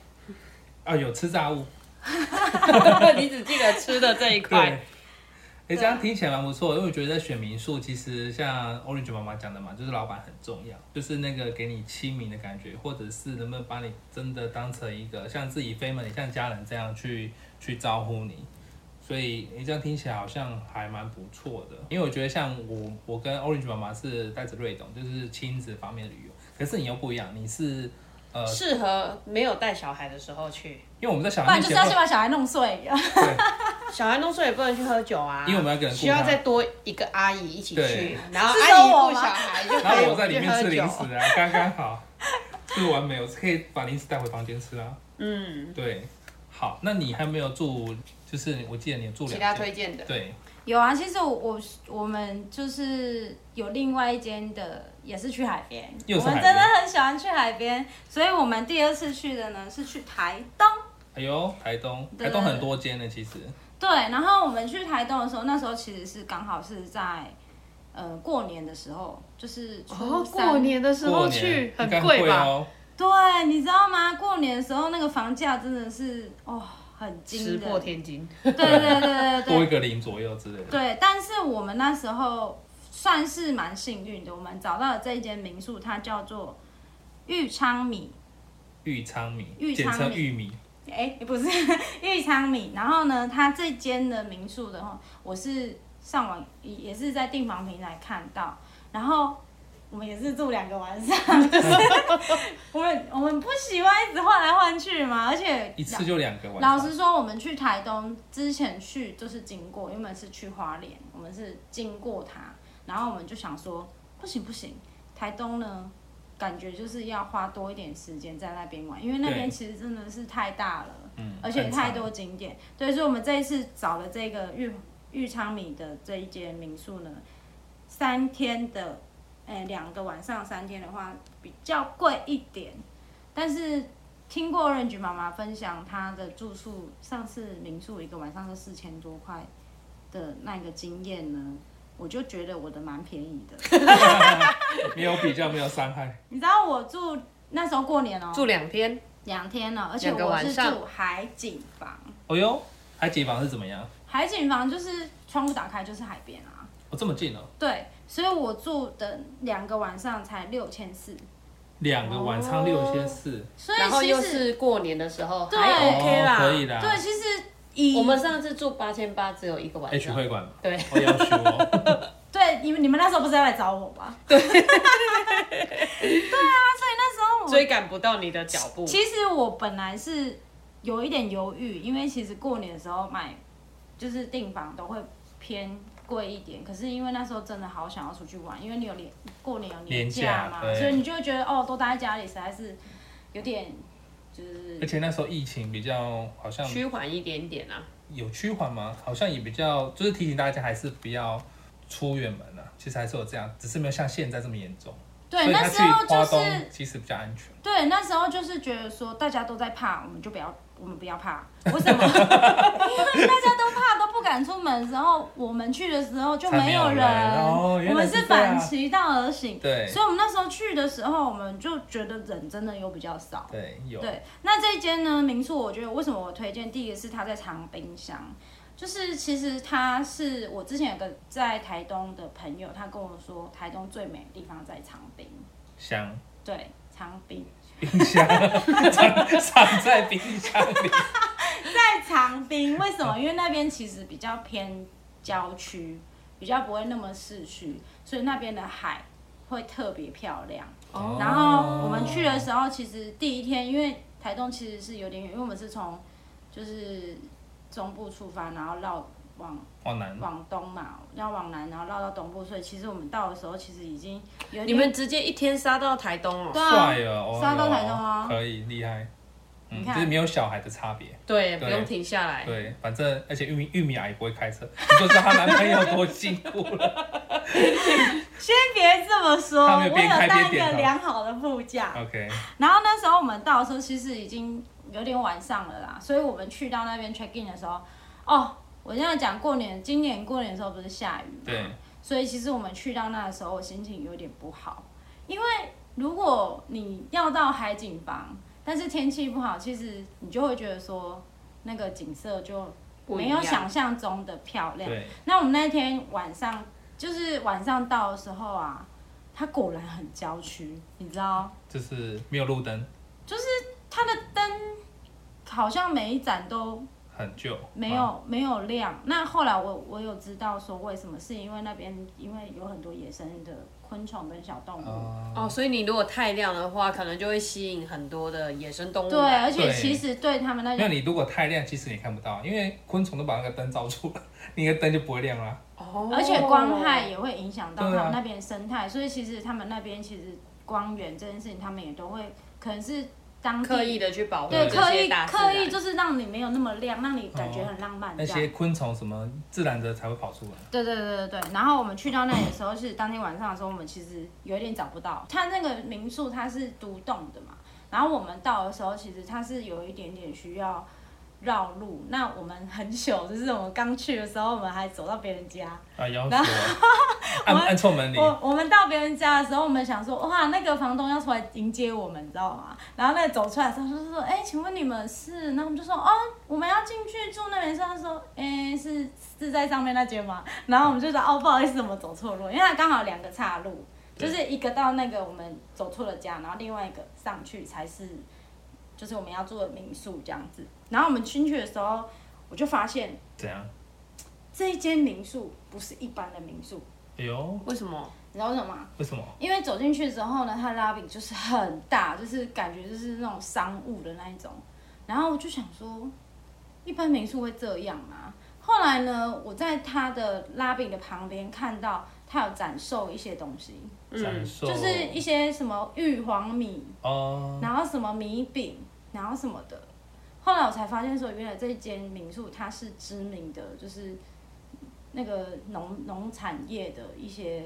[SPEAKER 1] 啊，有吃炸物，
[SPEAKER 2] 你只记得吃的这一
[SPEAKER 1] 对。
[SPEAKER 2] 块
[SPEAKER 1] 哎。、
[SPEAKER 3] 啊
[SPEAKER 1] 这样听起来蛮不错，因为我觉得在选民宿，其实像 Orange 妈妈讲的嘛，就是老板很重要，就是那个给你亲民的感觉，或者是能不能把你真的当成一个像自己 family、像家人这样去去招呼你。所以你这样听起来好像还蛮不错的，因为我觉得像我，我跟 Orange 妈妈是带着瑞董，就是亲子方面的旅游，可是你又不一样，你是呃，
[SPEAKER 2] 适合没有带小孩的时候去，
[SPEAKER 1] 因为我们在小
[SPEAKER 3] 不
[SPEAKER 1] 孩
[SPEAKER 3] 然
[SPEAKER 1] 面
[SPEAKER 3] 就是
[SPEAKER 1] 前
[SPEAKER 3] 要
[SPEAKER 1] 不
[SPEAKER 3] 先把小孩弄碎，
[SPEAKER 2] 小孩弄碎也不能去喝酒啊，
[SPEAKER 1] 因为我们要给人顾他
[SPEAKER 2] 需要再多一个阿姨一起去
[SPEAKER 1] 对，
[SPEAKER 2] 然后
[SPEAKER 3] 是
[SPEAKER 2] 阿姨
[SPEAKER 3] 说我
[SPEAKER 2] 顾
[SPEAKER 3] 吗
[SPEAKER 2] 小孩就
[SPEAKER 1] 然
[SPEAKER 2] 可以
[SPEAKER 1] 后我在里面吃
[SPEAKER 2] 去
[SPEAKER 1] 零
[SPEAKER 2] 喝酒。
[SPEAKER 1] 食啊，刚刚好，吃完没有？可以把零食带回房间吃啊。
[SPEAKER 2] 嗯，
[SPEAKER 1] 对，好，那你还没有住，就是我记得你有住
[SPEAKER 2] 其他
[SPEAKER 1] 两间，
[SPEAKER 2] 推荐的，
[SPEAKER 1] 对，
[SPEAKER 3] 有啊，其实我我我们就是有另外一间的，也是去海边。
[SPEAKER 1] 又是
[SPEAKER 3] 我
[SPEAKER 1] 海
[SPEAKER 3] 们
[SPEAKER 1] 边
[SPEAKER 3] 真的很喜欢去海边，所以我们第二次去的呢是去台东。
[SPEAKER 1] 还有哎台东，
[SPEAKER 3] 对
[SPEAKER 1] 台东很多间呢，其实
[SPEAKER 3] 对，然后我们去台东的时候，那时候其实是刚好是在呃过年的时候，就是初
[SPEAKER 5] 哦，
[SPEAKER 3] 三
[SPEAKER 5] 过。年的时
[SPEAKER 1] 过
[SPEAKER 5] 候
[SPEAKER 1] 年
[SPEAKER 5] 去很
[SPEAKER 1] 应该
[SPEAKER 5] 贵吧？
[SPEAKER 1] 哦，
[SPEAKER 3] 对，你知道吗？过年的时候那个房价真的是哦很惊
[SPEAKER 2] 石
[SPEAKER 3] 人，
[SPEAKER 2] 破天惊，
[SPEAKER 3] 对对对对对
[SPEAKER 1] 多一
[SPEAKER 3] 对
[SPEAKER 1] 个零左右之类的。
[SPEAKER 3] 对。但是我们那时候算是蛮幸运的，我们找到了这一间民宿，它叫做玉昌米
[SPEAKER 1] 玉昌米，
[SPEAKER 3] 玉
[SPEAKER 1] 简
[SPEAKER 3] 昌
[SPEAKER 1] 称
[SPEAKER 3] 米
[SPEAKER 1] 玉米，
[SPEAKER 3] 哎、不是 玉昌米，然后呢，它这间的民宿的话，我是上网也也是在订房平台看到，然后我们也是住两个晚上，就是 我们我们不喜欢一直换来换去嘛，而且
[SPEAKER 1] 一次就两个晚
[SPEAKER 3] 老
[SPEAKER 1] 上。
[SPEAKER 3] 实说，我们去台东之前去就是经过，原本是去花莲，我们是经过它，然后我们就想说，不行不行，台东呢，感觉就是要花多一点时间在那边玩，因为那边
[SPEAKER 1] 对
[SPEAKER 3] 其实真的是太大了，
[SPEAKER 1] 嗯
[SPEAKER 3] 而且
[SPEAKER 1] 很长
[SPEAKER 3] 太多景点。对，所以我们这一次找了这个玉玉昌米的这一间民宿呢，三天的，哎，两个晚上三天的话比较贵一点，但是听过 Range 妈妈分享她的住宿，上次民宿一个晚上是四千多块的那个经验呢，我就觉得我的蛮便宜的。
[SPEAKER 1] 没有比较，没有伤害。
[SPEAKER 3] 你知道我住那时候过年哦、
[SPEAKER 2] 住两天，
[SPEAKER 3] 两天了，而且
[SPEAKER 2] 两个
[SPEAKER 3] 我
[SPEAKER 2] 晚
[SPEAKER 3] 是
[SPEAKER 2] 上
[SPEAKER 3] 住海景房，
[SPEAKER 1] 哦哟，海景房是怎么样？
[SPEAKER 3] 海景房就是窗户打开就是海边啊。
[SPEAKER 1] 哦，这么近哦，
[SPEAKER 3] 对，所以我住的两个晚上才六千四，
[SPEAKER 1] 两个晚
[SPEAKER 3] 哦
[SPEAKER 1] 上六千四，
[SPEAKER 3] 所以
[SPEAKER 2] 然后
[SPEAKER 3] 其
[SPEAKER 2] 又
[SPEAKER 3] 实
[SPEAKER 2] 是过年的时候，
[SPEAKER 3] 对
[SPEAKER 2] 还 OK 啦，
[SPEAKER 1] 哦可以啦。
[SPEAKER 3] 对，其实以
[SPEAKER 2] 我们上次住八千八，只有一个晚
[SPEAKER 1] H
[SPEAKER 2] 上。
[SPEAKER 1] 会馆，
[SPEAKER 2] 对，
[SPEAKER 1] 我要修哦。
[SPEAKER 3] 对你们你们那时候不是要来找我吗？ 对，啊
[SPEAKER 2] 追赶不到你的脚步。
[SPEAKER 3] 哦其实我本来是有一点犹豫，因为其实过年的时候买就是订房都会偏贵一点，可是因为那时候真的好想要出去玩，因为你有年过年有
[SPEAKER 1] 年
[SPEAKER 3] 假
[SPEAKER 1] 假
[SPEAKER 3] 嘛，
[SPEAKER 1] 对
[SPEAKER 3] 所以你就会觉得哦，都待在家里实在是有点 就是
[SPEAKER 1] 而且那时候疫情比较好像
[SPEAKER 2] 趋缓一点点啊，
[SPEAKER 1] 有趋缓吗？好像也比较，就是提醒大家还是不要出远门了、其实还是有这样，只是没有像现在这么严重。
[SPEAKER 3] 对
[SPEAKER 1] 所以
[SPEAKER 3] 那
[SPEAKER 1] 他
[SPEAKER 3] 时
[SPEAKER 1] 去
[SPEAKER 3] 候
[SPEAKER 1] 花
[SPEAKER 3] 就
[SPEAKER 1] 东
[SPEAKER 3] 是
[SPEAKER 1] 其实比较安全。
[SPEAKER 3] 对，那时候就是觉得说大家都在怕，我们就不要，我们不要 怕，为什么？因为大家都怕，都不敢出门，然后我们去的时候就
[SPEAKER 1] 才没
[SPEAKER 3] 没
[SPEAKER 1] 有
[SPEAKER 3] 人，
[SPEAKER 1] 人哦
[SPEAKER 3] 我
[SPEAKER 1] 原来
[SPEAKER 3] 们
[SPEAKER 1] 是
[SPEAKER 3] 是
[SPEAKER 1] 这样
[SPEAKER 3] 反其道而行。
[SPEAKER 1] 对
[SPEAKER 3] 所以我们那时候去的时候，我们就觉得人真的有比较少。
[SPEAKER 1] 对，有
[SPEAKER 3] 对，那这一间呢民宿，我觉得为什么我推荐？第一个是它在长滨乡，就是其实它是我之前有个在台东的朋友，他跟我说台东最美的地方在长滨，
[SPEAKER 1] 箱，
[SPEAKER 3] 对，长滨。
[SPEAKER 1] 冰箱，藏藏在冰箱里。
[SPEAKER 3] 在长滨，为什么？因为那边其实比较偏郊区，比较不会那么市区，所以那边的海会特别漂亮。
[SPEAKER 1] 哦
[SPEAKER 3] 然后我们去的时候，其实第一天因为台东其实是有点远，因为我们是从就是中部出发，然后绕往
[SPEAKER 1] 往南，
[SPEAKER 3] 往东嘛，要往南，然后绕到东部，所以其实我们到的时候其实已经有点
[SPEAKER 2] 你们直接一天杀到台东哦。
[SPEAKER 3] 对啊
[SPEAKER 1] 帅，哦，
[SPEAKER 3] 杀到
[SPEAKER 1] 有
[SPEAKER 3] 台东啊
[SPEAKER 1] 可以厉害。嗯，
[SPEAKER 3] 你
[SPEAKER 1] 就
[SPEAKER 3] 看
[SPEAKER 1] 是没有小孩的差别。
[SPEAKER 2] 对，不
[SPEAKER 1] 对
[SPEAKER 2] 用停下来。
[SPEAKER 1] 对，反正而且玉米玉米阿姨不会开车，你就知道她男朋友多辛苦 了。
[SPEAKER 3] 先别这么说，
[SPEAKER 1] 他
[SPEAKER 3] 我
[SPEAKER 1] 没有
[SPEAKER 3] 有
[SPEAKER 1] 边开边
[SPEAKER 3] 带
[SPEAKER 1] 点头嗯
[SPEAKER 3] 一个良好的副驾。
[SPEAKER 1] OK，
[SPEAKER 3] 然后那时候我们到的时候，其实已经有点晚上了啦，所以我们去到那边 check in 的时候，哦，我现在讲过年，今年过年的时候不是下雨吗？
[SPEAKER 1] 对，
[SPEAKER 3] 所以其实我们去到那的时候，我心情有点不好，因为如果你要到海景房，但是天气不好，其实你就会觉得说那个景色就
[SPEAKER 2] 不一
[SPEAKER 3] 没
[SPEAKER 2] 样
[SPEAKER 3] 有想象中的漂亮。
[SPEAKER 1] 对，
[SPEAKER 3] 那我们那天晚上就是晚上到的时候啊，它果然很郊区，你知道，
[SPEAKER 1] 就是没有路灯，
[SPEAKER 3] 它的灯好像每一盏都
[SPEAKER 1] 很旧，
[SPEAKER 3] 没有、
[SPEAKER 2] 嗯
[SPEAKER 3] 没有亮。那后来我我有知道说为什么，是因为那边因为有很多野生的昆虫跟小动物。
[SPEAKER 1] 啊。
[SPEAKER 2] 哦，所以你如果太亮的话，可能就会吸引很多的野生动物
[SPEAKER 3] 对，
[SPEAKER 2] 来。
[SPEAKER 3] 而且
[SPEAKER 1] 哦对
[SPEAKER 3] 其实对他们那
[SPEAKER 1] 没有，
[SPEAKER 3] 些，
[SPEAKER 1] 你如果太亮，其实你看不到，因为昆虫都把那个灯罩住了，你的灯就不会亮啦。
[SPEAKER 2] 哦
[SPEAKER 3] 而且光害也会影响到他
[SPEAKER 1] 对啊
[SPEAKER 3] 们那边的生态，所以其实他们那边其实光源这件事情，他们也都会可能是当地
[SPEAKER 2] 刻意的去保护
[SPEAKER 3] 对
[SPEAKER 2] 这
[SPEAKER 3] 刻
[SPEAKER 2] 些
[SPEAKER 3] 意
[SPEAKER 2] 大自
[SPEAKER 3] 刻
[SPEAKER 2] 然
[SPEAKER 3] 意就是让你没有那么亮，让你感觉很浪漫
[SPEAKER 1] 哦那
[SPEAKER 3] 这
[SPEAKER 1] 些
[SPEAKER 3] 样。
[SPEAKER 1] 昆虫什么自然的才会跑出来。
[SPEAKER 3] 对对对对对，然后我们去到那里的时候，是当天晚上的时候，我们其实有一点找不到。它那个民宿它是独栋的嘛，然后我们到的时候，其实它是有一点点需要绕路。那我们很糗，就是我们刚去的时候，我们还走到别人家，
[SPEAKER 1] 啊，要死 我！按按错门铃，
[SPEAKER 3] 我我们到别人家的时候，我们想说，哇，那个房东要出来迎接我们，你知道吗？然后那个走出来的时候，他就说，哎、请问你们是？然后我们就说，哦，我们要进去住那边。是他说，哎、是是在上面那间吗？然后我们就说，哦，不好意思，我们走错路，因为他刚好两个岔路，就
[SPEAKER 1] 对
[SPEAKER 3] 是一个到那个我们走错了家，然后另外一个上去才是，就是我们要住的民宿这样子。然后我们进去的时候，我就发现
[SPEAKER 1] 怎样？
[SPEAKER 3] 这一间民宿不是一般的民宿，
[SPEAKER 1] 哎呦，
[SPEAKER 2] 为什么？
[SPEAKER 3] 你知道为什么吗？
[SPEAKER 1] 为什么？
[SPEAKER 3] 因为走进去之后呢，它拉饼就是很大，就是感觉就是那种商务的那一种。然后我就想说，一般民宿会这样吗？后来呢，我在它的拉饼的旁边看到它有展售一些东西，
[SPEAKER 1] 展
[SPEAKER 2] 嗯，
[SPEAKER 1] 示
[SPEAKER 3] 就是一些什么玉皇米，
[SPEAKER 1] 哦，
[SPEAKER 3] 然后什么米饼，然后什么的。后来我才发现说，原来这间民宿它是知名的，就是那个农农产业的一些，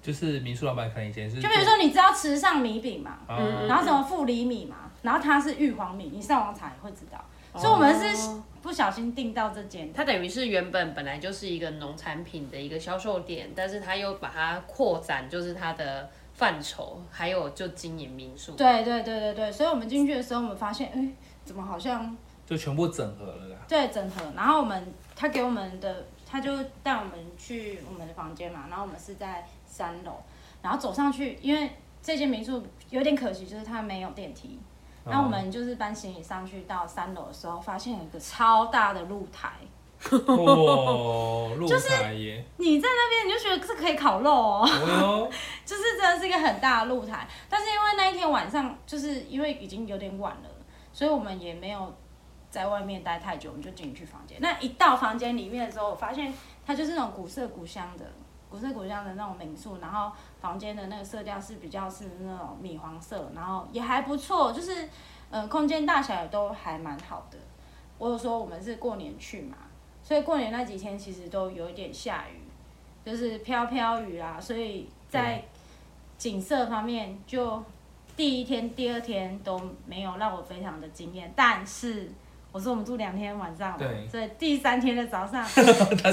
[SPEAKER 1] 就是民宿老板可能以前是
[SPEAKER 3] 就
[SPEAKER 1] 做，
[SPEAKER 3] 比如说你知道池上米饼嘛，
[SPEAKER 1] 嗯啊，
[SPEAKER 2] 嗯
[SPEAKER 3] 然后什么富里米嘛，然后它是玉皇米，你上网查也会知道。所以我们
[SPEAKER 2] 哦
[SPEAKER 3] 是不小心订到这间，
[SPEAKER 2] 它等于是原本本来就是一个农产品的一个销售点，但是它又把它扩展，就是它的范畴，还有就经营民宿。
[SPEAKER 3] 对对对对对，所以我们进去的时候，我们发现，哎，怎么好像
[SPEAKER 1] 就全部整合了啦。
[SPEAKER 3] 对整合？然后我们他给我们的，他就带我们去我们的房间嘛，然后我们是在三楼，然后走上去，因为这间民宿有点可惜，就是它没有电梯。
[SPEAKER 1] 哦
[SPEAKER 3] 然后我们就是搬行李上去到三楼的时候，发现有一个超大的露台，
[SPEAKER 1] 哦，露台耶，
[SPEAKER 3] 你在那边你就觉得这可以烤肉哦。
[SPEAKER 1] 哦
[SPEAKER 3] 就是真的是一个很大的露台，但是因为那一天晚上，就是因为已经有点晚了，所以我们也没有在外面待太久，我们就进去房间。那一到房间里面的时候，我发现它就是那种古色古香的、古色古香的那种民宿，然后房间的那个色调是比较是那种米黄色，然后也还不错，就是呃空间大小也都还蛮好的。我有说我们是过年去嘛，所以过年那几天其实都有一点下雨，就是飘飘雨啊，所以在景色方面就第一天、第二天都没有让我非常的惊艳，但是我说我们住两天晚上嘛，
[SPEAKER 1] 对
[SPEAKER 3] 所以第三天的早上，
[SPEAKER 1] 他终于整到，
[SPEAKER 3] 第三天早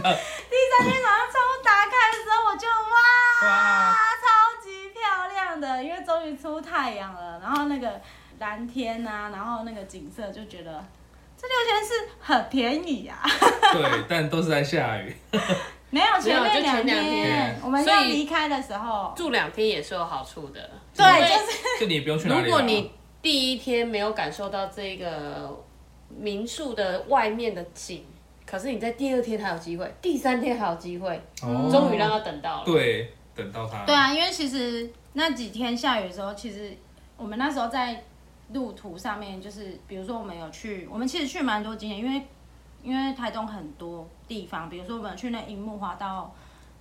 [SPEAKER 3] 上窗户打开的时候，我就哇，
[SPEAKER 1] 哇
[SPEAKER 3] 超级漂亮的，因为终于出太阳了，然后那个蓝天啊，然后那个景色就觉得。这六千是很便宜啊，
[SPEAKER 1] 对，但都是在下 雨，
[SPEAKER 3] 没有前
[SPEAKER 2] 没有
[SPEAKER 3] 面
[SPEAKER 2] 就前
[SPEAKER 3] 两
[SPEAKER 1] 天
[SPEAKER 2] 两
[SPEAKER 3] 天，我们
[SPEAKER 2] 所以
[SPEAKER 3] 要离开的时候，
[SPEAKER 2] 住两天也是有好处的。
[SPEAKER 3] 对，
[SPEAKER 2] 因为
[SPEAKER 3] 就是
[SPEAKER 1] 就你也不用去哪里啊
[SPEAKER 2] 如
[SPEAKER 1] 了。
[SPEAKER 2] 果你第一天没有感受到这个民宿的外面的景，可是你在第二天还有机会，第三天还有机会，
[SPEAKER 1] 哦
[SPEAKER 2] 终于让他等到了。
[SPEAKER 1] 对等到他，
[SPEAKER 3] 对，啊，因为其实那几天下雨的时候，其实我们那时候在路途上面，就是比如说我们有去，我们其实去蛮多景点，因为因为台东很多地方，比如说我们去那樱木花道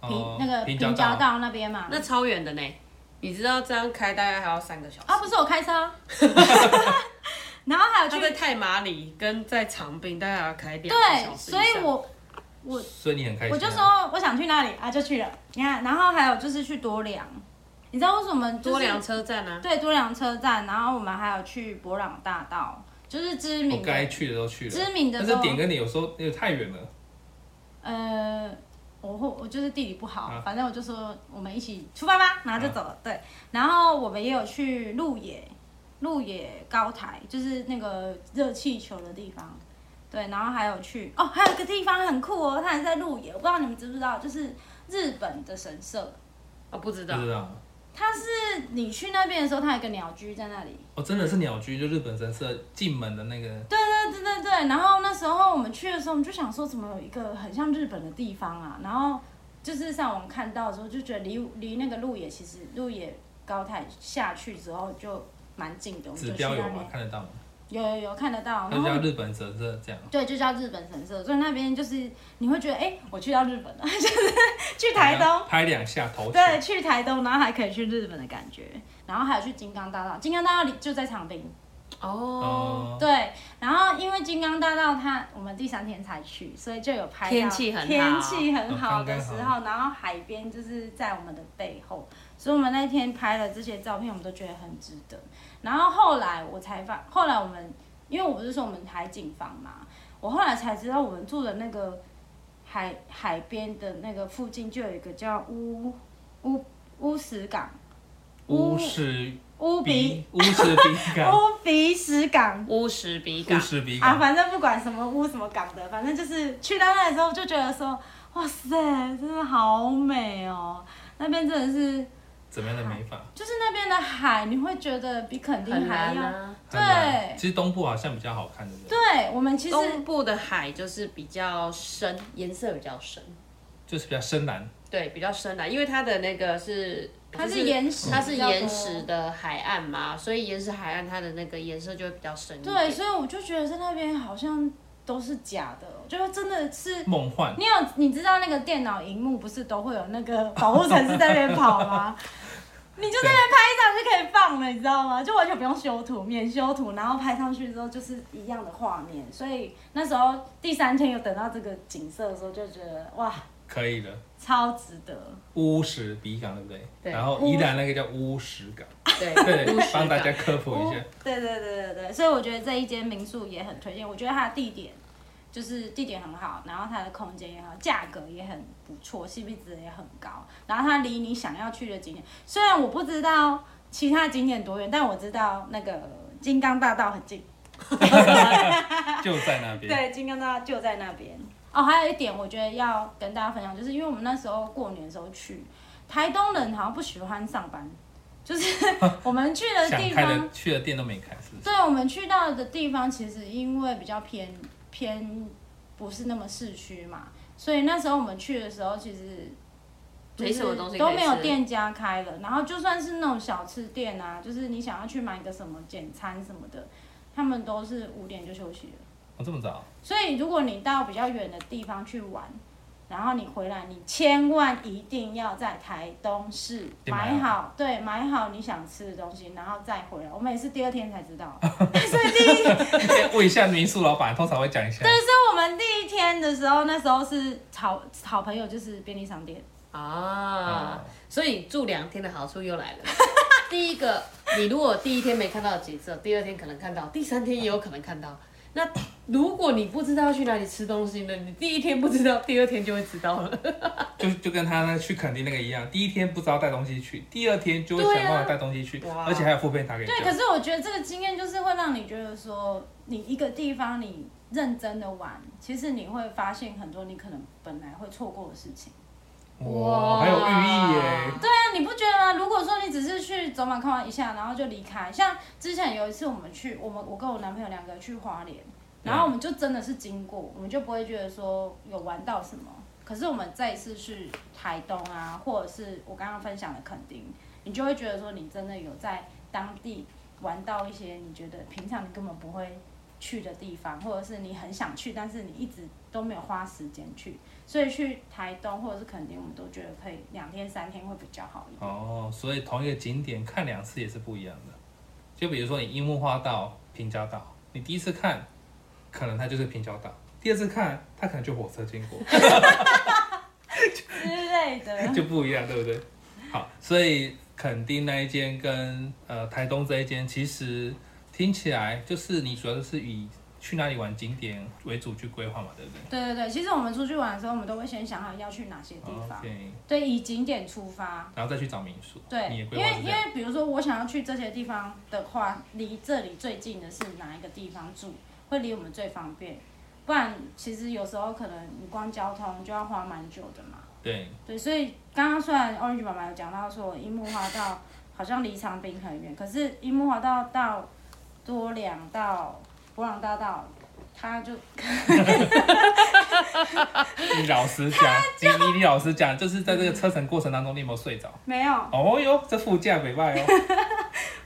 [SPEAKER 3] 平、
[SPEAKER 1] 哦
[SPEAKER 3] 那个
[SPEAKER 1] 平
[SPEAKER 3] 平
[SPEAKER 1] 交
[SPEAKER 3] 交
[SPEAKER 1] 道
[SPEAKER 3] 道那边嘛。
[SPEAKER 2] 那超远的呢，你知道这样开大概还要三个小时。
[SPEAKER 3] 啊，不是我开车， 然后还
[SPEAKER 2] 他
[SPEAKER 3] 有去
[SPEAKER 2] 在太麻里跟在长滨大概要开两个
[SPEAKER 3] 对，
[SPEAKER 2] 小时以
[SPEAKER 3] 所
[SPEAKER 2] 上。
[SPEAKER 3] 以我
[SPEAKER 1] 所以你很开心啊。
[SPEAKER 3] 我就说我想去那里啊，就去了。你看，然后还有就是去多良，你知道为什么、就是、
[SPEAKER 2] 多良车站啊，
[SPEAKER 3] 对，多良车站，然后我们还有去博朗大道，就是知
[SPEAKER 1] 我
[SPEAKER 3] 名
[SPEAKER 1] 哦该
[SPEAKER 3] 的，
[SPEAKER 1] 去的都去了，
[SPEAKER 3] 知名的
[SPEAKER 1] 但
[SPEAKER 3] 都
[SPEAKER 1] 是点跟你有时候又太远了。
[SPEAKER 3] 呃，我会我就是地理不好，
[SPEAKER 1] 啊
[SPEAKER 3] 反正我就说我们一起出发吧，然后就走了。对，然后我们也有去鹿野，鹿野高台，就是那个热气球的地方。对，然后还有去哦，还有一个地方很酷哦，它还在鹿野，我不知道你们知不知道，就是日本的神社，
[SPEAKER 2] 啊，不知
[SPEAKER 1] 不
[SPEAKER 2] 道，
[SPEAKER 3] 嗯
[SPEAKER 1] 知道
[SPEAKER 3] 它是你去那边的时候，它有一个鸟居在那里。
[SPEAKER 1] 哦，真的是鸟居，就日本神社进门的那个，
[SPEAKER 3] 对对对对对，然后那时候我们去的时候，我们就想说，怎么有一个很像日本的地方啊？然后就是上网看到的时候，就觉得离离那个鹿野其实鹿野高台下去之后就蛮近的，我们
[SPEAKER 1] 指
[SPEAKER 3] 就去
[SPEAKER 1] 标
[SPEAKER 3] 那
[SPEAKER 1] 有吗？
[SPEAKER 3] 边哦
[SPEAKER 1] 看得到吗？
[SPEAKER 3] 有有有看得到，
[SPEAKER 1] 它
[SPEAKER 3] 然
[SPEAKER 1] 就
[SPEAKER 3] 后
[SPEAKER 1] 叫日本神社这样。
[SPEAKER 3] 对，就叫日本神社，所以那边就是你会觉得，哎、我去到日本了， 就是去台东，
[SPEAKER 1] 拍两下头。
[SPEAKER 3] 对，，去台东，然后还可以去日本的感觉，然后还有去金刚大道，金刚大道里就在长滨。
[SPEAKER 2] 哦，
[SPEAKER 1] 哦，
[SPEAKER 3] 对，然后因为金刚大道它我们第三天才去，所以就有拍到
[SPEAKER 2] 天气很好
[SPEAKER 3] 天气很好
[SPEAKER 1] 哦刚刚
[SPEAKER 3] 的
[SPEAKER 1] 好
[SPEAKER 3] 时候，然后海边就是在我们的背后，所以我们那天拍了这些照片，我们都觉得很值得。然后后来我才发，后来我们因为我不是说我们海景房嘛，我后来才知道我们住的那个海海边的那个附近就有一个叫乌乌乌石港
[SPEAKER 1] 乌石
[SPEAKER 3] 乌鼻
[SPEAKER 1] 鼻，乌石鼻港，
[SPEAKER 3] 乌鼻石港
[SPEAKER 2] 乌石比
[SPEAKER 1] 乌
[SPEAKER 2] 港，
[SPEAKER 1] 石鼻
[SPEAKER 3] 啊，
[SPEAKER 1] 港。
[SPEAKER 3] 反正不管什么屋什么港的，反正就是去到那里之后就觉得说，哇塞，真的好美哦！那边真的是，
[SPEAKER 1] 怎么样的美法？
[SPEAKER 3] 就是那边的海，你会觉得比垦丁
[SPEAKER 2] 很
[SPEAKER 3] 还
[SPEAKER 2] 难
[SPEAKER 3] 要。
[SPEAKER 2] 啊。
[SPEAKER 3] 对
[SPEAKER 1] 还有其实东部好像比较好看，对不对？
[SPEAKER 3] 对我们其实
[SPEAKER 2] 东部的海就是比较深，颜色比较深，
[SPEAKER 1] 就是比较深蓝，
[SPEAKER 2] 对，比较深啊蓝，因为它的那个是
[SPEAKER 3] 它
[SPEAKER 2] 就是
[SPEAKER 3] 岩石，
[SPEAKER 2] 它是岩石。的海岸嘛，所以岩石海岸它的那个颜色就会比较深一点。
[SPEAKER 3] 对，所以我就觉得在那边好像都是假的，我觉得真的是。
[SPEAKER 1] 梦幻。
[SPEAKER 3] 你有你知道那个电脑荧幕不是都会有那个保护城市在那边跑吗？你就在那边拍一张就可以放了，你知道吗？就完全不用修图，免修图，然后拍上去之后就是一样的画面。所以那时候第三天有等到这个景色的时候，就觉得哇，
[SPEAKER 1] 可以了。
[SPEAKER 3] 超值得。
[SPEAKER 1] 乌石鼻港对不对？
[SPEAKER 2] 对
[SPEAKER 1] 然后宜兰那个叫乌石港，
[SPEAKER 2] 对
[SPEAKER 1] 对
[SPEAKER 2] 乌石，
[SPEAKER 1] 帮大
[SPEAKER 2] 港
[SPEAKER 1] 家科普一下。
[SPEAKER 3] 对对对对对，所以我觉得这一间民宿也很推荐。我觉得它的地点就是地点很好，然后它的空间也好，价格也很不错，CP 值也很高。然后它离你想要去的景点，虽然我不知道其他景点多远，但我知道那个金刚大道很近。
[SPEAKER 1] 就在那边。
[SPEAKER 3] 对，金刚大道就在那边。哦，还有一点我觉得要跟大家分享，就是因为我们那时候过年的时候去，台东人好像不喜欢上班，就是 我们去的
[SPEAKER 1] 想
[SPEAKER 3] 地
[SPEAKER 1] 开
[SPEAKER 3] 方
[SPEAKER 1] 的去的店都没开，是不是？
[SPEAKER 3] 对，我们去到的地方其实因为比较偏偏不是那么市区嘛，所以那时候我们去的时候其实就
[SPEAKER 2] 没什么
[SPEAKER 3] 是
[SPEAKER 2] 东西可以
[SPEAKER 3] 都没有
[SPEAKER 2] 吃
[SPEAKER 3] 店家开了，然后就算是那种小吃店啊，就是你想要去买个什么简餐什么的，他们都是五点就休息了。
[SPEAKER 1] 我哦这么早？
[SPEAKER 3] 所以如果你到比较远的地方去玩，然后你回来，你千万一定要在台东市
[SPEAKER 1] 先买
[SPEAKER 3] 买
[SPEAKER 1] 好
[SPEAKER 3] 好，对，买好你想吃的东西，然后再回来。我们也是第二天才知道，所以第一，但
[SPEAKER 1] 问一下民宿老板，通常会讲一下。
[SPEAKER 3] 是我们第一天的时候，那时候是好好朋友就是便利商店，
[SPEAKER 1] 哦，
[SPEAKER 2] 啊所以住两天的好处又来了。 第一个，你如果第一天没看到的景色，第二天可能看到，第三天也有可能看到。那如果你不知道去哪里吃东西呢？你第一天不知道，第二天就会知道 了。
[SPEAKER 1] 就就跟他那去垦丁那个一样，第一天不知道带东西去，第二天就会
[SPEAKER 2] 对啊
[SPEAKER 1] 想办法带东西去，
[SPEAKER 2] 哇
[SPEAKER 1] 而且还有副片打给你
[SPEAKER 3] 对，
[SPEAKER 1] 叫。
[SPEAKER 3] 可是我觉得这个经验就是会让你觉得说，你一个地方你认真的玩，其实你会发现很多你可能本来会错过的事情。
[SPEAKER 1] 哇，还有寓意耶！
[SPEAKER 3] 对啊，你不觉得吗？如果说你只是去走马看花一下，然后就离开，像之前有一次我们去，我们我跟我男朋友两个去花莲，然后我们就真的是经过，我们就不会觉得说有玩到什么。可是我们再一次去台东啊，或者是我刚刚分享的垦丁，你就会觉得说你真的有在当地玩到一些你觉得平常你根本不会去的地方，或者是你很想去，但是你一直都没有花时间去。所以去台东或者是垦丁，我们都觉得可以两天三天会比较好一点。
[SPEAKER 1] 哦，所以同一个景点看两次也是不一样的。就比如说你樱木花道、平交道，你第一次看，可能它就是平交道；第二次看，它可能就火车经 过，
[SPEAKER 3] 之类的。
[SPEAKER 1] 就不一样，对不对？好，所以垦丁那一间跟呃台东这一间，其实听起来就是你主要就是以去哪里玩景点为主去规划嘛，对不对？
[SPEAKER 3] 对对对，其实我们出去玩的时候，我们都会先想好要去哪些地方，
[SPEAKER 1] OK，
[SPEAKER 3] 对，以景点出发。
[SPEAKER 1] 然后再去找民宿。
[SPEAKER 3] 对，
[SPEAKER 1] 你的
[SPEAKER 3] 因
[SPEAKER 1] 规划
[SPEAKER 3] 为
[SPEAKER 1] 是
[SPEAKER 3] 因
[SPEAKER 1] 这样。
[SPEAKER 3] 为比如说我想要去这些地方的话，离这里最近的是哪一个地方住，会离我们最方便。不然其实有时候可能你光交通就要花蛮久的嘛。
[SPEAKER 1] 对，
[SPEAKER 3] 对，所以刚刚虽然 Orange 妈妈有讲到说樱木花道好像离长滨很远，可是樱木花道到多良到博朗大道，它就
[SPEAKER 1] 你老实 讲，你你你老实讲，就是在这
[SPEAKER 3] 嗯
[SPEAKER 1] 个车程过程当中，你有没有睡着？
[SPEAKER 3] 没有
[SPEAKER 1] 哦哟，这副驾没 卖哦。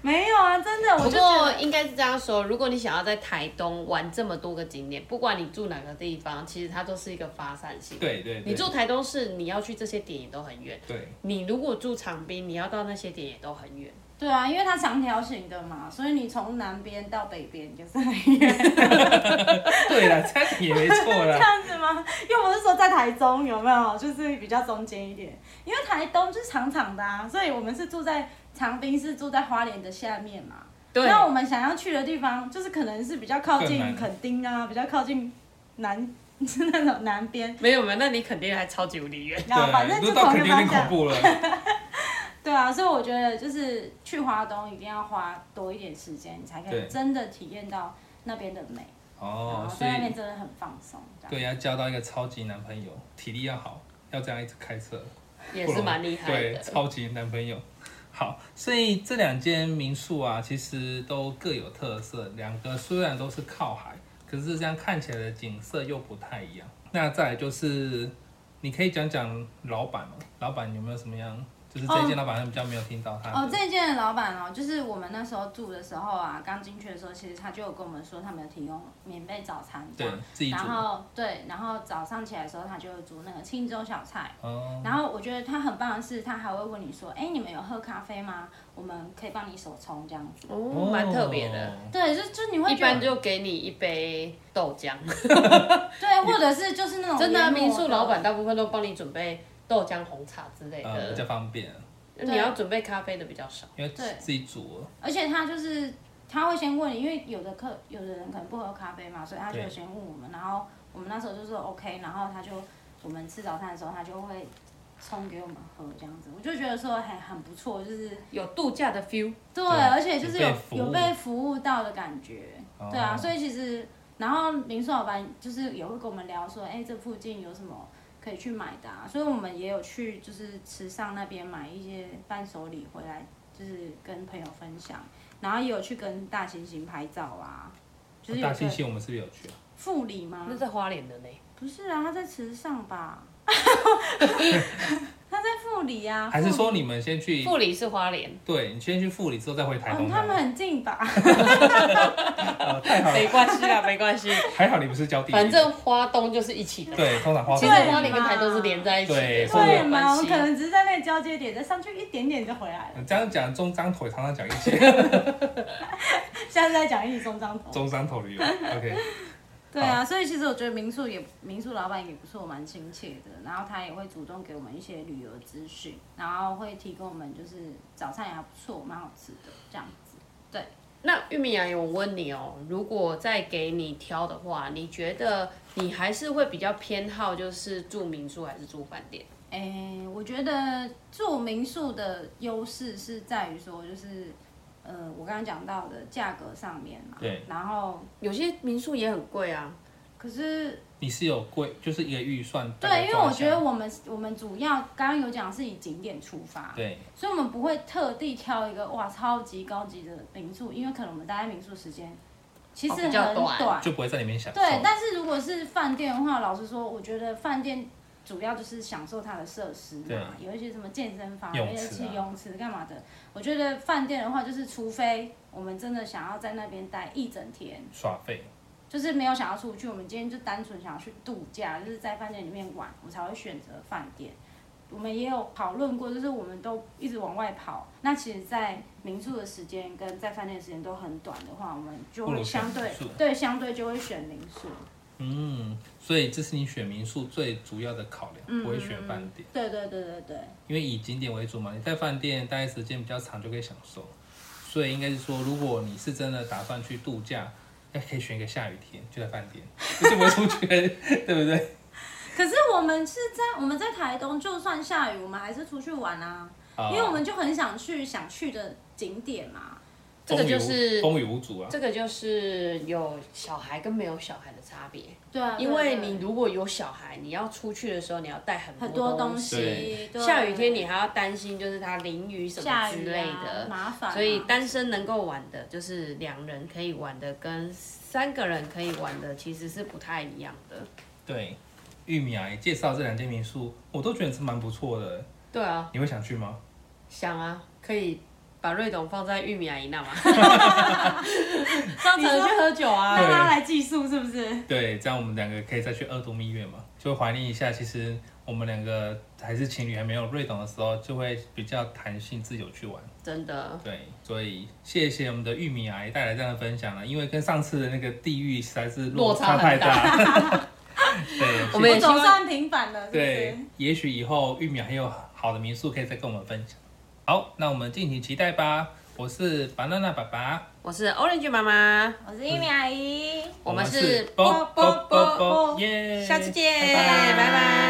[SPEAKER 3] 没有啊，真的，我
[SPEAKER 2] 不
[SPEAKER 3] 就觉
[SPEAKER 2] 过
[SPEAKER 3] 得
[SPEAKER 2] 应该是这样说，如果你想要在台东玩这么多个景点，不管你住哪个地方，其实它都是一个发散性。
[SPEAKER 1] 对对
[SPEAKER 2] 你
[SPEAKER 1] 对
[SPEAKER 2] 住台东市，你要去这些点也都很远；
[SPEAKER 1] 对，
[SPEAKER 2] 你如果住长滨，你要到那些点也都很远。
[SPEAKER 3] 对啊，因为它长条形的嘛，所以你从南边到北边就是 很远。
[SPEAKER 1] 对 了，这样也没错
[SPEAKER 3] 这
[SPEAKER 1] 啦。
[SPEAKER 3] 样子吗？又不是说在台中有没有，就是比较中间一点，因为台东就是长长的啊，所以我们是住在长滨，是住在花莲的下面嘛。
[SPEAKER 2] 对，
[SPEAKER 3] 那我们想要去的地方，就是可能是比较靠
[SPEAKER 1] 更南
[SPEAKER 3] 近垦丁啊，比较靠近南， 是那种南边。
[SPEAKER 2] 没有没有，那你肯定还超级无敌远。
[SPEAKER 3] 然后反正
[SPEAKER 1] 对，
[SPEAKER 3] 就
[SPEAKER 1] 都到
[SPEAKER 3] 同
[SPEAKER 1] 肯
[SPEAKER 3] 一
[SPEAKER 1] 定
[SPEAKER 3] 个
[SPEAKER 1] 有点
[SPEAKER 3] 方
[SPEAKER 1] 恐
[SPEAKER 3] 向。
[SPEAKER 1] 怖了。
[SPEAKER 3] 对啊，所以我觉得就是去华东一定要花多一点时间，你才可
[SPEAKER 1] 对
[SPEAKER 3] 以真的体验到那边的美，然
[SPEAKER 1] 哦，
[SPEAKER 3] 后
[SPEAKER 1] 所
[SPEAKER 3] 在那边
[SPEAKER 1] 以
[SPEAKER 3] 真的很放松。这样
[SPEAKER 1] 对，要交到一个超级男朋友，体力要好，要这样一直开车。
[SPEAKER 2] 也是蛮厉害
[SPEAKER 1] 对，
[SPEAKER 2] 的。
[SPEAKER 1] 超级男朋友。好，所以这两间民宿啊，其实都各有特色。两个虽然都是靠海，可是这样看起来的景色又不太一样。那再来就是，你可以讲讲老板吗？老板有没有什么样？就是这一间老板好像比较没有听到他的。
[SPEAKER 3] 哦，这一间的老板哦，就是我们那时候住的时候啊，刚进去的时候，其实他就有跟我们说，他们有提供免费早餐这
[SPEAKER 1] 对
[SPEAKER 3] 样。，
[SPEAKER 1] 自己煮
[SPEAKER 3] 然。后对，然后早上起来的时候，他就会煮那个清粥小菜。
[SPEAKER 1] 哦，
[SPEAKER 3] 然后我觉得他很棒的是，他还会问你说，哎，你们有喝咖啡吗？我们可以帮你手冲这样子。
[SPEAKER 2] 哦，蛮特别的。。
[SPEAKER 3] 对，就就你会
[SPEAKER 2] 一
[SPEAKER 3] 觉
[SPEAKER 2] 般
[SPEAKER 3] 得
[SPEAKER 2] 就给你一杯豆浆，
[SPEAKER 3] 对，或者是就是那种
[SPEAKER 2] 真的啊、
[SPEAKER 3] 联络
[SPEAKER 2] 民宿老板大部分都帮你准备豆浆、红茶之类
[SPEAKER 1] 呃，比较
[SPEAKER 2] 的。
[SPEAKER 1] 方便，
[SPEAKER 2] 你要准备咖啡的比较少。
[SPEAKER 1] 因为
[SPEAKER 3] 对
[SPEAKER 1] 自己煮了。
[SPEAKER 3] 而且他就是他会先问你，因为有的客有的人可能不喝咖啡嘛，所以他就
[SPEAKER 1] 对
[SPEAKER 3] 有先问我们，然后我们那时候就说 OK，然后他就我们吃早餐的时候，他就会冲给我们喝这样子，我就觉得说还很不错，就是
[SPEAKER 2] 有度假的 feel，
[SPEAKER 3] 对，
[SPEAKER 1] 对啊
[SPEAKER 3] 而且就是有
[SPEAKER 1] 有被服务
[SPEAKER 3] 有被服务到的感觉，
[SPEAKER 1] 哦
[SPEAKER 3] 对啊，所以其实然后民宿老板就是也会跟我们聊说，哎、这附近有什么。可以去买的啊，所以我们也有去，就是池上那边买一些伴手礼回来，就是跟朋友分享，然后也有去跟大猩猩拍照啊，就是有
[SPEAKER 1] 大
[SPEAKER 3] 个
[SPEAKER 1] 猩猩我们是不是有去啊？
[SPEAKER 3] 富里吗
[SPEAKER 2] 那？在花莲的呢。
[SPEAKER 3] 不是啊，他在池上 吧？他在富里啊，
[SPEAKER 1] 还是
[SPEAKER 3] 富
[SPEAKER 1] 说你们先去？
[SPEAKER 2] 富里是花莲，
[SPEAKER 1] 对你先去富里之后再回台
[SPEAKER 3] 哦
[SPEAKER 1] 东？
[SPEAKER 3] 他们很近吧？
[SPEAKER 1] 呃太好了
[SPEAKER 2] 没，关系啦，没关系，
[SPEAKER 1] 还好你不是交地理
[SPEAKER 2] 反正花东就是一起的。
[SPEAKER 1] 对，通常花
[SPEAKER 2] 其实
[SPEAKER 3] 对
[SPEAKER 2] 花莲跟台东是连在一起的，
[SPEAKER 1] 对
[SPEAKER 2] 所以没
[SPEAKER 3] 对
[SPEAKER 2] 有
[SPEAKER 3] 嘛，
[SPEAKER 1] 啊
[SPEAKER 2] 关
[SPEAKER 3] 我
[SPEAKER 2] 系
[SPEAKER 3] 们可。能只是在那个交接点，再上去一点点就回来了。
[SPEAKER 1] 这样讲中张腿，常常讲一些
[SPEAKER 3] 下次再讲一起中张头。
[SPEAKER 1] 中张头旅游。OK，
[SPEAKER 3] 对啊，所以其实我觉得民宿也民宿老板也不错，蛮亲切的。然后他也会主动给我们一些旅游资讯，然后会提供我们就是早餐也还不错，蛮好吃的这样子。
[SPEAKER 2] 那玉米洋我问你哦，如果再给你挑的话，你觉得你还是会比较偏好就是住民宿还是住饭店？
[SPEAKER 3] 诶、我觉得住民宿的优势是在于说，就是呃，我刚刚讲到的价格上面嘛。
[SPEAKER 1] 对。
[SPEAKER 3] 然后，
[SPEAKER 2] 有些民宿也很贵啊，
[SPEAKER 3] 可是
[SPEAKER 1] 你是有贵，就是一个预算大概
[SPEAKER 3] 对，因为
[SPEAKER 1] 抓
[SPEAKER 3] 我
[SPEAKER 1] 一下
[SPEAKER 3] 觉得我们我们主要刚刚有讲是以景点出发，
[SPEAKER 1] 对
[SPEAKER 3] 所以我们不会特地挑一个哇超级高级的民宿，因为可能我们待在民宿时间其实
[SPEAKER 2] 哦
[SPEAKER 3] 很
[SPEAKER 2] 比较短哦
[SPEAKER 3] 短
[SPEAKER 1] 就不会在里面享受。
[SPEAKER 3] 对，但是如果是饭店的话，老实说，我觉得饭店主要就是享受它的设施
[SPEAKER 1] 对
[SPEAKER 3] 嘛，有一些什么健身房、
[SPEAKER 1] 泳
[SPEAKER 3] 有一些
[SPEAKER 1] 池啊
[SPEAKER 3] 泳池干嘛的。我觉得饭店的话，就是除非我们真的想要在那边待一整天，
[SPEAKER 1] 耍费
[SPEAKER 3] 就是没有想要出去，我们今天就单纯想要去度假，就是在饭店里面玩，我才会选择饭店。我们也有讨论过，就是我们都一直往外跑，那其实，在民宿的时间跟在饭店的时间都很短的话，我们就
[SPEAKER 1] 不
[SPEAKER 3] 会
[SPEAKER 1] 如选
[SPEAKER 3] 相对
[SPEAKER 1] 民宿
[SPEAKER 3] 对相对就会选民宿。
[SPEAKER 1] 嗯，所以这是你选民宿最主要的考
[SPEAKER 3] 嗯
[SPEAKER 1] 量，不会选饭店，
[SPEAKER 3] 对对对对对
[SPEAKER 1] 因为以景点为主嘛。你在饭店待的时间比较长，就可以享受。所以应该是说，如果你是真的打算去度假，哎，可以选一个下雨天，就在饭店，就不会出去， 对不对？
[SPEAKER 3] 可是我们是在我们在台东，就算下雨，我们还是出去玩啊，
[SPEAKER 1] 啊
[SPEAKER 3] 因为我们就很想去想去的景点嘛。
[SPEAKER 2] 这个
[SPEAKER 1] 风雨无
[SPEAKER 2] 就是
[SPEAKER 1] 风雨无阻啊。
[SPEAKER 2] 这个就是有小孩跟没有小孩的差别，
[SPEAKER 3] 对啊，
[SPEAKER 2] 因为你
[SPEAKER 3] 对
[SPEAKER 2] 如果有小孩，你要出去的时候你要带很
[SPEAKER 3] 很多
[SPEAKER 2] 东
[SPEAKER 3] 东
[SPEAKER 2] 西，
[SPEAKER 3] 西，对
[SPEAKER 2] 下雨天你还要担心就是他淋雨什么
[SPEAKER 3] 下
[SPEAKER 2] 之
[SPEAKER 3] 雨
[SPEAKER 2] 类
[SPEAKER 3] 啊
[SPEAKER 2] 的，
[SPEAKER 3] 麻烦啊，
[SPEAKER 2] 所以单身能够玩的，就是两人可以玩的，跟三个人可以玩的其实是不太一样的。
[SPEAKER 1] 对，玉米阿姨介绍这两间民宿，我都觉得是蛮不错的。
[SPEAKER 2] 对啊，
[SPEAKER 1] 你会想去吗？
[SPEAKER 2] 想啊，可以把瑞董放在玉米阿姨那嘛，
[SPEAKER 3] 上
[SPEAKER 2] 你们去喝酒啊。
[SPEAKER 3] 让他来寄宿是不是？
[SPEAKER 1] 对，这样我们两个可以再去二度蜜月嘛，就怀念一下。其实我们两个还是情侣，还没有瑞懂的时候，就会比较弹性自由去玩。
[SPEAKER 2] 真的，
[SPEAKER 1] 对，所以谢谢我们的玉米阿姨带来这样的分享了，啊因为跟上次的那个地域实在是落差太大。 对，
[SPEAKER 2] 我们也
[SPEAKER 3] 我
[SPEAKER 2] 希望
[SPEAKER 3] 总算平反了，是不
[SPEAKER 1] 对
[SPEAKER 3] 是？，
[SPEAKER 1] 也许以后玉米还有好的民宿可以再跟我们分享。好，那我们敬请期待吧。我是 banana 爸爸，
[SPEAKER 2] 我是 Orange 妈妈，
[SPEAKER 3] 我是一米阿姨。
[SPEAKER 2] 我们是
[SPEAKER 1] 啵
[SPEAKER 3] 啵
[SPEAKER 1] 啵啵
[SPEAKER 3] 啵
[SPEAKER 1] 啵耶，
[SPEAKER 2] 下次见，
[SPEAKER 1] 拜拜
[SPEAKER 2] 拜拜